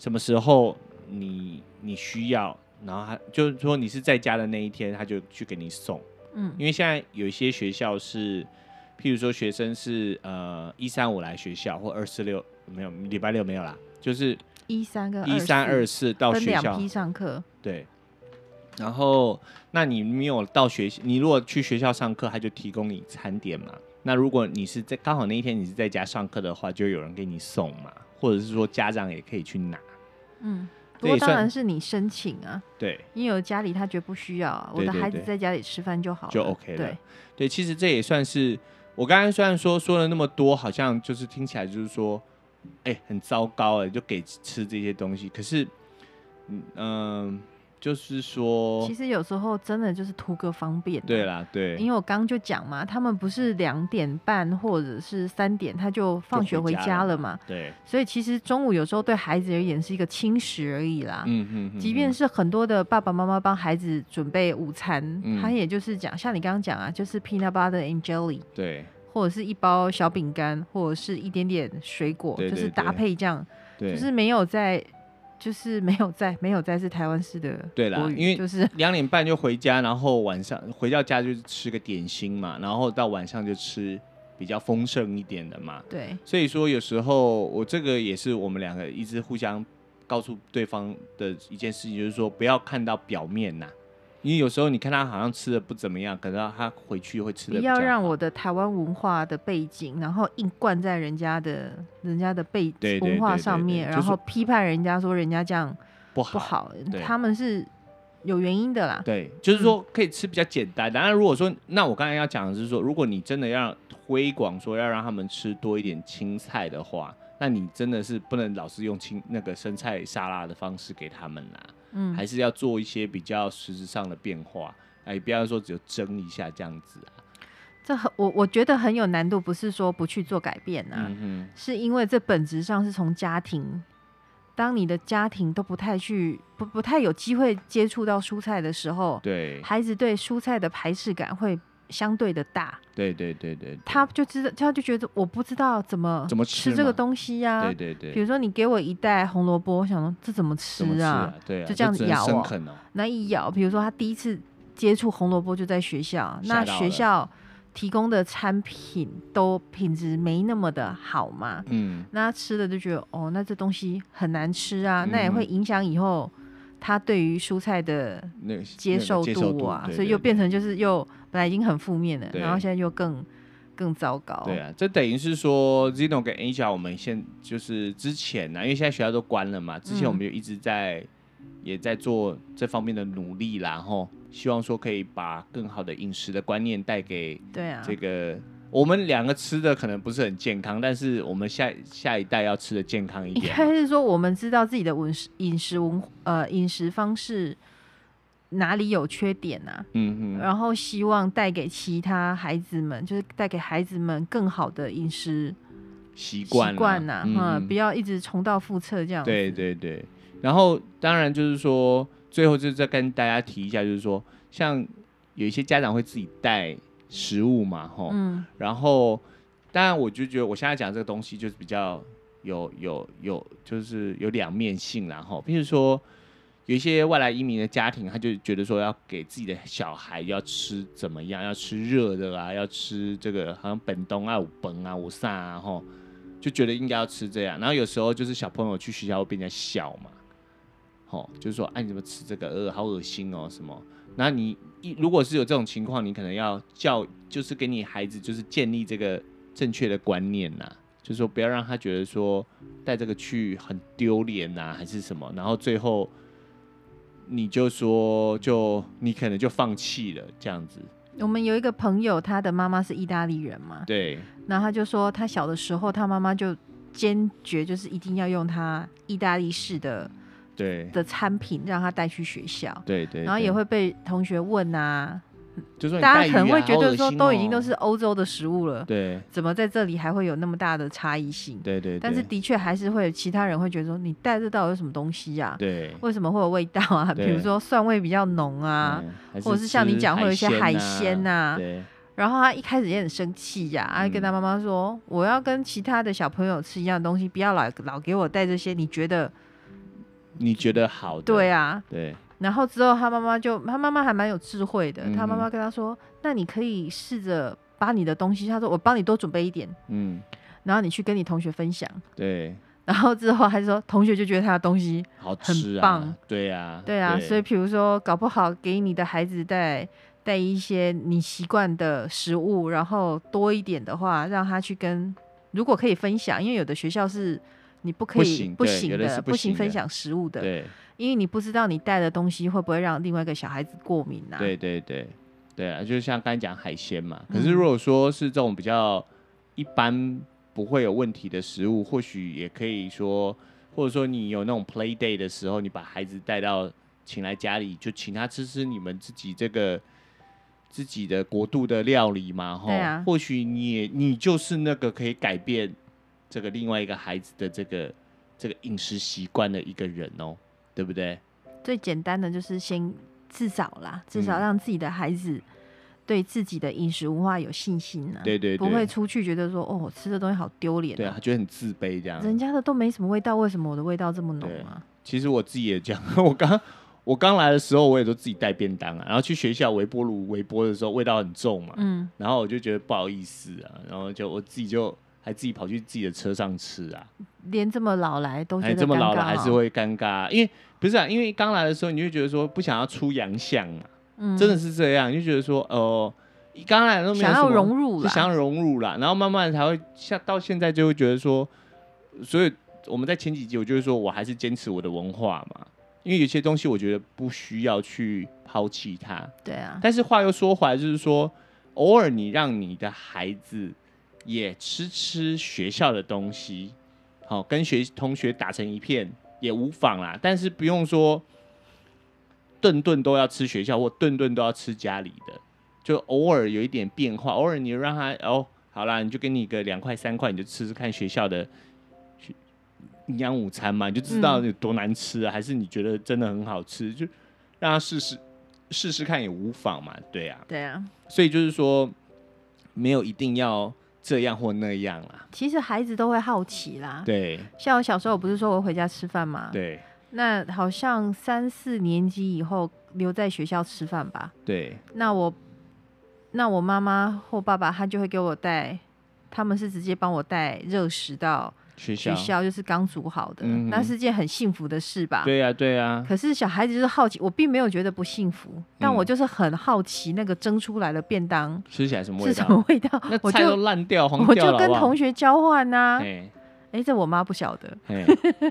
S1: 什么时候你你需要，然后他就是说你是在家的那一天，他就去给你送。
S2: 嗯
S1: 因为现在有一些学校是，譬如说学生是呃一三五来学校，或二四六没有礼拜六没有啦，就是
S2: 一三跟
S1: 一三二四到
S2: 分
S1: 学
S2: 两
S1: 校
S2: 批上课，
S1: 对。然后，那你没有到学习，你如果去学校上课，他就提供你餐点嘛。那如果你是在刚好那一天你是在家上课的话，就有人给你送嘛，或者是说家长也可以去拿。
S2: 嗯，
S1: 这
S2: 不
S1: 也
S2: 过当
S1: 算
S2: 然是你申请啊，
S1: 对，
S2: 因为有家里他觉得不需要啊，
S1: 对
S2: 我
S1: 对
S2: 的孩子
S1: 对
S2: 在家里吃饭就好了，
S1: 就 OK 了
S2: 对，
S1: 对，其实这也算是我刚刚虽然说说了那么多，好像就是听起来就是说，哎、很糟糕哎、就给吃这些东西。可是，嗯、嗯就是说
S2: 其，实有时候真的就是图个方便，
S1: 哦
S2: 啊
S1: 对。啦，对，
S2: 因为我刚刚就讲嘛，他们不是两点半或者是三点他就放学
S1: 就回
S2: 回
S1: 家
S2: 家
S1: 了
S2: 了嘛，
S1: 对，
S2: 所以其实中午有时候对孩子而言是一个侵蚀而已啦。
S1: 嗯嗯嗯，
S2: 即便
S1: 嗯
S2: 是很多的爸爸妈妈帮孩子准备午餐，
S1: 嗯
S2: 他也就是讲，像你刚刚讲啊，就是 peanut butter and jelly，
S1: 嗯对
S2: 或者是一包小饼干，或者是一点点水果，
S1: 对
S2: 就是
S1: 对对
S2: 搭配这样，
S1: 对，
S2: 就是没有在，就是没有在，没有在是台湾式的
S1: 对啦
S2: 国语
S1: 因为
S2: 就是
S1: 两点半就回家，然后晚上回到家就吃个点心嘛，然后到晚上就吃比较丰盛一点的嘛。
S2: 对，
S1: 所以说，有时候我这个也是我们两个一直互相告诉对方的一件事情，就是说不要看到表面呐、因为有时候你看他好像吃的不怎么样，可是他回去会吃
S2: 不
S1: 的
S2: 要让我的台湾文化的背景，然后硬灌在人家的人家的背
S1: 对对对
S2: 文化
S1: 对对
S2: 上
S1: 对
S2: 面，
S1: 就是
S2: 然后批判人家说人家这样
S1: 不好。
S2: 不好
S1: 对，
S2: 他们是有原因的啦。
S1: 对，就是说可以吃比较简单的。然后如果说，那我刚才要讲的是说，如果你真的要推广说要让他们吃多一点青菜的话，那你真的是不能老是用青那个生菜沙拉的方式给他们啦、
S2: 嗯，
S1: 还是要做一些比较实质上的变化，哎，不要说只有蒸一下这样子啊。
S2: 这很我我觉得很有难度，不是说不去做改变啊，
S1: 嗯
S2: 是因为这本质上是从家庭。当你的家庭都不太去不不太有机会接触到蔬菜的时候
S1: 哼，，对
S2: 孩子对蔬菜的排斥感会相对的大，
S1: 对对对对，
S2: 他就知道他就觉得我不知道怎么
S1: 怎么吃
S2: 吃这个
S1: 嘛
S2: 东西呀、
S1: 对对对，
S2: 比如说你给我一袋红萝卜，我想说这怎么吃
S1: 怎么吃
S2: 啊？？
S1: 对啊，
S2: 就这样
S1: 只能
S2: 咬
S1: 生
S2: 哦
S1: 啃哦。
S2: 那一咬，比如说他第一次接触红萝卜就在学校，
S1: 吓
S2: 那
S1: 到
S2: 学
S1: 了
S2: 校提供的产品都品质没那么的好嘛，
S1: 嗯，
S2: 那他吃了就觉得哦，那这东西很难吃啊，那也
S1: 嗯
S2: 会影响以后他对于蔬菜的
S1: 那个那
S2: 接
S1: 个
S2: 受
S1: 接
S2: 度啊，
S1: 对
S2: 所以
S1: 对
S2: 又
S1: 对
S2: 变成就是又本来已经很负面了，然后
S1: 对
S2: 现在又更更糟糕。
S1: 对啊，这等于是说 Zino 跟 Asia，我们现就是之前啊呢、因为现在学校都关了嘛，之前
S2: 嗯
S1: 我们就一直在、也在做这方面的努力啦，吼，希望说可以把更好的饮食的观念带给
S2: 对啊，
S1: 这个。我们两个吃的可能不是很健康，但是我们下下一代要吃的健康一
S2: 应
S1: 点
S2: 该
S1: 嘛。
S2: 是说我们知道自己的饮食饮食文呃饮食方式哪里有缺点啊，
S1: 嗯嗯，
S2: 然后希望带给其他孩子们，就是带给孩子们更好的饮食
S1: 习惯
S2: 习
S1: 啦
S2: 惯呐，嗯，
S1: 嗯
S2: 不要一直重蹈覆辙这样。
S1: 对，对对，然后当然就是说，最后就是再跟大家提一下，就是说，像有一些家长会自己带食物嘛，吼，
S2: 嗯，
S1: 然后当然我就觉得我现在讲这个东西就是比较有有有，就是有两面性啦，吼，譬如说。有一些外来移民的家庭，他就觉得说要给自己的小孩要吃怎么样，要吃热的啊，要吃这个好像本东啊、五本啊、五萨啊，吼，就觉得应该要吃这样。然后有时候就是小朋友去学校会被人家笑嘛，吼，就是说，哎、你怎么吃这个？呃，好恶心哦，什么？然后你一如果是有这种情况，你可能要教，就是给你孩子就是建立这个正确的观念呐、就是说不要让他觉得说带这个去很丢脸呐，还是什么，然后最后你就说就你可能就放弃了这样子，
S2: 我们有一个朋友，他的妈妈是意大利人嘛，
S1: 对，
S2: 然后他就说，他小的时候，他妈妈就坚决就是一定要用他意大利式的
S1: 对，
S2: 的餐品让他带去学校，
S1: 对对，
S2: 然后
S1: 对
S2: 也会被同学问啊，
S1: 就说你
S2: 大
S1: 带
S2: 家可能
S1: 鱼啊
S2: 会觉
S1: 好
S2: 得
S1: 恶
S2: 说，
S1: 心
S2: 都已经
S1: 哦
S2: 都是欧洲的食物了，
S1: 对
S2: 怎么在这里还会有那么大的差异性？
S1: 对对，
S2: 但是的确还是会有其他人会觉得说，你带这到底有什么东西呀、
S1: 对
S2: 为什么会有味道啊？
S1: 对
S2: 比如说蒜味比较浓啊，
S1: 嗯
S2: 或者是像你
S1: 吃
S2: 讲会有一些海鲜啊
S1: 呐
S2: 呐
S1: 对嗯
S2: 然后他一开始也很生气呀、他就跟他妈妈说：“我要跟其他的小朋友吃一样的东西，不要老老给我带这些，你觉得
S1: 你觉得好的，
S2: 对啊
S1: 对？”
S2: 然后之后他妈妈就，他妈妈还蛮有智慧的，他妈
S1: 嗯
S2: 妈跟他说：“那你可以试着把你的东西，他说我帮你多准备一点，
S1: 嗯，
S2: 然后你去跟你同学分享。”
S1: 对，
S2: 然后之后还说同学就觉得他的东西，
S1: 好
S2: 很
S1: 吃啊，
S2: 棒
S1: 对啊，
S2: 对啊，所以比如说搞不好给你的孩子带带一些你习惯的食物，然后多一点的话，让他去跟如果可以分享，因为有的学校是你不可以
S1: 不行对有的
S2: 的，
S1: 是不
S2: 不行
S1: 行
S2: 分
S1: 的
S2: 享食物的，
S1: 对
S2: 因为你不知道你带的东西会不会让另外一个小孩子过敏啊。
S1: 对对对对啊，就像刚才讲海鲜嘛，可是
S2: 嗯
S1: 如果说是这种比较一般不会有问题的食物，或许也可以说，或者说你有那种 play day 的时候，你把孩子带到请来家里，就请他吃吃你们自己这个。自己的国度的料理嘛，吼、
S2: 对啊
S1: 或许你也你就是那个可以改变这个另外一个孩子的这个这个饮食习惯的一个人哦，对不
S2: 嗯
S1: 对？
S2: 最简单的就是先至少啦，至少
S1: 嗯
S2: 让自己的孩子对自己的饮食文化有信心啊，
S1: 对对对，
S2: 不会出去觉得说哦，我吃这东西好丢脸、
S1: 对啊，他觉得很自卑这
S2: 人
S1: 样。
S2: 家的都没什么味道，为什么我的味道这么浓啊？
S1: 其实我自己也这样， 我刚我刚来的时候，我也都自己带便当啊，然后去学校微波炉微波的时候，味道很重嘛，
S2: 嗯，
S1: 然后我就觉得不好意思啊，然后就我自己就还自己跑去自己的车上吃啊，
S2: 连这么老来都觉
S1: 哎，
S2: 得
S1: 这么
S2: 尴
S1: 老了
S2: 尬
S1: 还是
S2: 哦，
S1: 会尴尬啊、因为不是啊，因为刚来的时候你就觉得说不想要出洋相嘛，
S2: 嗯
S1: 真的是这样，你就觉得说哦、呃，刚来都没有
S2: 想要
S1: 什么
S2: 融入
S1: 就
S2: 啦，
S1: 想要融入啦，然后慢慢才会像到现在就会觉得说，所以我们在前几集我就会说我还是坚持我的文化嘛，因为有些东西我觉得不需要去抛弃它。
S2: 对啊，
S1: 但是话又说回来，就是说偶尔你让你的孩子也吃吃学校的东西，好、跟学同学打成一片也无妨啦，但是不用说顿顿都要吃学校或顿顿都要吃家里的。就偶尔有一点变化，偶尔你让他哦，好啦，你就给你个两块三块，你就吃吃看学校的学营养午餐嘛，你就知道
S2: 嗯
S1: 有多难吃啊，还是你觉得真的很好吃，就让他试试试试看也无妨嘛，对啊，
S2: 对啊。
S1: 所以就是说没有一定要这样或那样啦，
S2: 其实孩子都会好奇啦，
S1: 对
S2: 像我小时候，我不是说我会回家吃饭吗？
S1: 对
S2: 那好像三四年级以后留在学校吃饭吧。
S1: 对，
S2: 那我，那我妈妈或爸爸，他就会给我带，他们是直接帮我带热食到
S1: 学
S2: 学
S1: 校，
S2: 校，就是刚煮好的，
S1: 嗯哼
S2: 那是件很幸福的事吧？
S1: 对啊对啊，
S2: 可是小孩子就是好奇，我并没有觉得不幸福，但
S1: 嗯
S2: 我就是很好奇那个蒸出来的便当
S1: 吃起来什么
S2: 是
S1: 味
S2: 什
S1: 道？
S2: 么味道
S1: 那，
S2: 我
S1: 菜都
S2: 就
S1: 烂掉黄
S2: 我
S1: 掉
S2: 就
S1: 了，
S2: 跟同
S1: 学，
S2: 学啊交换呐、诶，
S1: 嘿
S2: 哎、这我妈不晓得，
S1: 嘿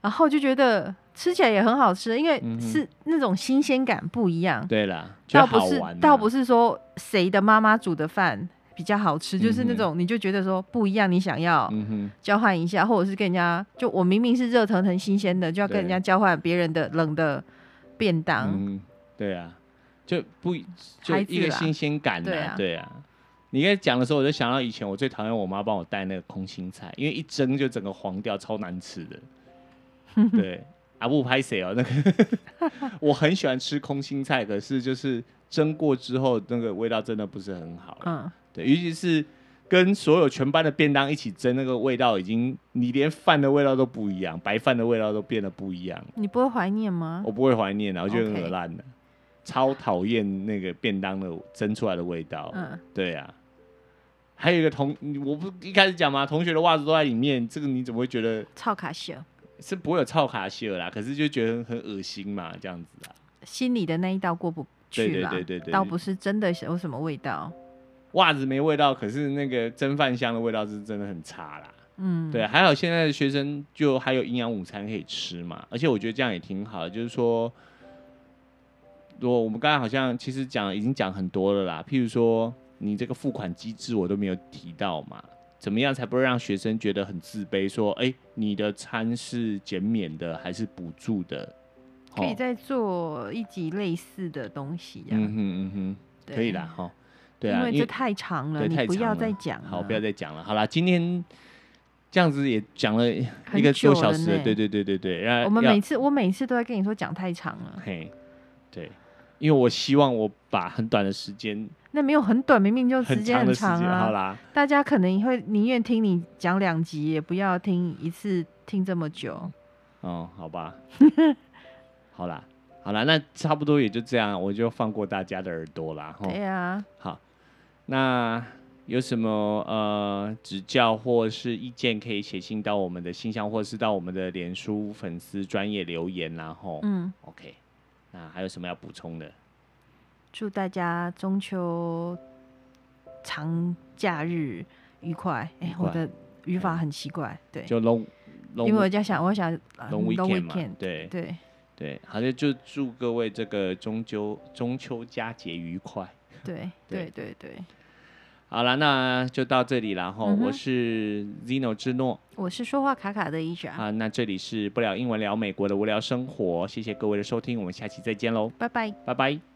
S2: 然后就觉得吃起来也很好吃，因为
S1: 嗯哼
S2: 是那种新鲜感不一样，
S1: 对啦，觉
S2: 倒
S1: 得
S2: 不
S1: 好
S2: 是
S1: 玩啊，
S2: 倒不是说谁的妈妈煮的饭比较好吃，就是那
S1: 嗯哼
S2: 种你就觉得说不一样，你想要。
S1: 嗯哼，
S2: 交换一下，或者是跟人家就我明明是热腾腾新鲜的，就要跟
S1: 对
S2: 人家交换别人的冷的便当，
S1: 嗯嗯，对啊，就不就
S2: 孩
S1: 一
S2: 子
S1: 个
S2: 啦
S1: 新鲜感
S2: 对啊
S1: 对啊，你在讲的时候，我就想到以前我最讨厌我妈帮我带那个空心菜，因为一蒸就整个黄掉，超难吃的。 对，阿布拍谁哦？那个 我很喜欢吃空心菜，可是就是蒸过之后，那个味道真的不是很好。
S2: 嗯，
S1: 对，尤其是跟所有全班的便当一起蒸，那个味道已经，你连饭的味道都不一样，白饭的味道都变得不一样了。
S2: 你不会怀念吗？
S1: 我不会怀念啊，我觉得很
S2: OK
S1: 恶烂的，超讨厌那个便当的蒸出来的味道。
S2: 嗯，
S1: 对啊，还有一个同，我不一开始讲嘛，同学的袜子都在里面，这个你怎么会觉得
S2: 超卡秀，
S1: 是不会有超卡西尔啦？可是就觉得很恶心嘛，这样子啊。
S2: 心里的那一道过不去啦，
S1: 对对对对对
S2: 倒不是真的有什么味道。
S1: 袜子没味道，可是那个蒸饭香的味道是真的很差啦。
S2: 嗯，
S1: 对，啊还好现在的学生就还有营养午餐可以吃嘛，而且我觉得这样也挺好的就是说，如果我们刚才好像其实讲已经讲很多了啦，譬如说你这个付款机制我都没有提到嘛，怎么样才不会让学生觉得很自卑？说，哎、你的餐是减免的还是补助的？
S2: 可以
S1: 齁
S2: 再做一集类似的东西
S1: 哦
S2: 呀、
S1: 嗯哼嗯哼，
S2: 对
S1: 可以啦，哈，对啊，
S2: 因为这太长了，
S1: 对太
S2: 你不
S1: 长
S2: 要
S1: 了
S2: 再讲了。
S1: 好，不要再讲了。好啦，今天这样子也讲了
S2: 很
S1: 一个
S2: 久
S1: 多小
S2: 了
S1: 时
S2: 呢
S1: 了，对对对对对。然后
S2: 我们
S1: 呃要
S2: 每次我每次都在跟你说讲太长了，
S1: 嘿，对，因为我希望我把很短的时间，
S2: 那没有很短，明明就时
S1: 很
S2: 间
S1: 长
S2: 很
S1: 的时
S2: 长
S1: 间，好
S2: 啊。
S1: 啦，
S2: 大家可能会宁愿听你讲两集，也不要听一次听这么久。
S1: 哦，好 吧，好啦，好啦，那差不多也就这样，我就放过大家的耳朵啦。吼
S2: 对，呀、
S1: 好，那有什么呃指教或是意见，可以写信到我们的信箱，或是到我们的脸书粉丝专业留言啦。吼、
S2: 嗯，
S1: o k 那还有什么要补充的？
S2: 祝大家中秋长假日愉快。哎、
S1: 愉快哎
S2: 我的语法很奇怪，对，
S1: 就 long long
S2: 因为我在想，我想
S1: long weekend 嘛，对
S2: 对，
S1: 对，好像就祝各位这个中秋中秋佳节愉快。
S2: 对，对，对，对，
S1: 好了，那就到这里然后、
S2: 嗯哼
S1: 我是 Zino 之诺
S2: 我是说话卡卡的一家，
S1: 啊，那这里是不聊英文聊美国的无聊生活，谢谢各位的收听，我们下期再见喽，
S2: 拜拜。
S1: 拜拜。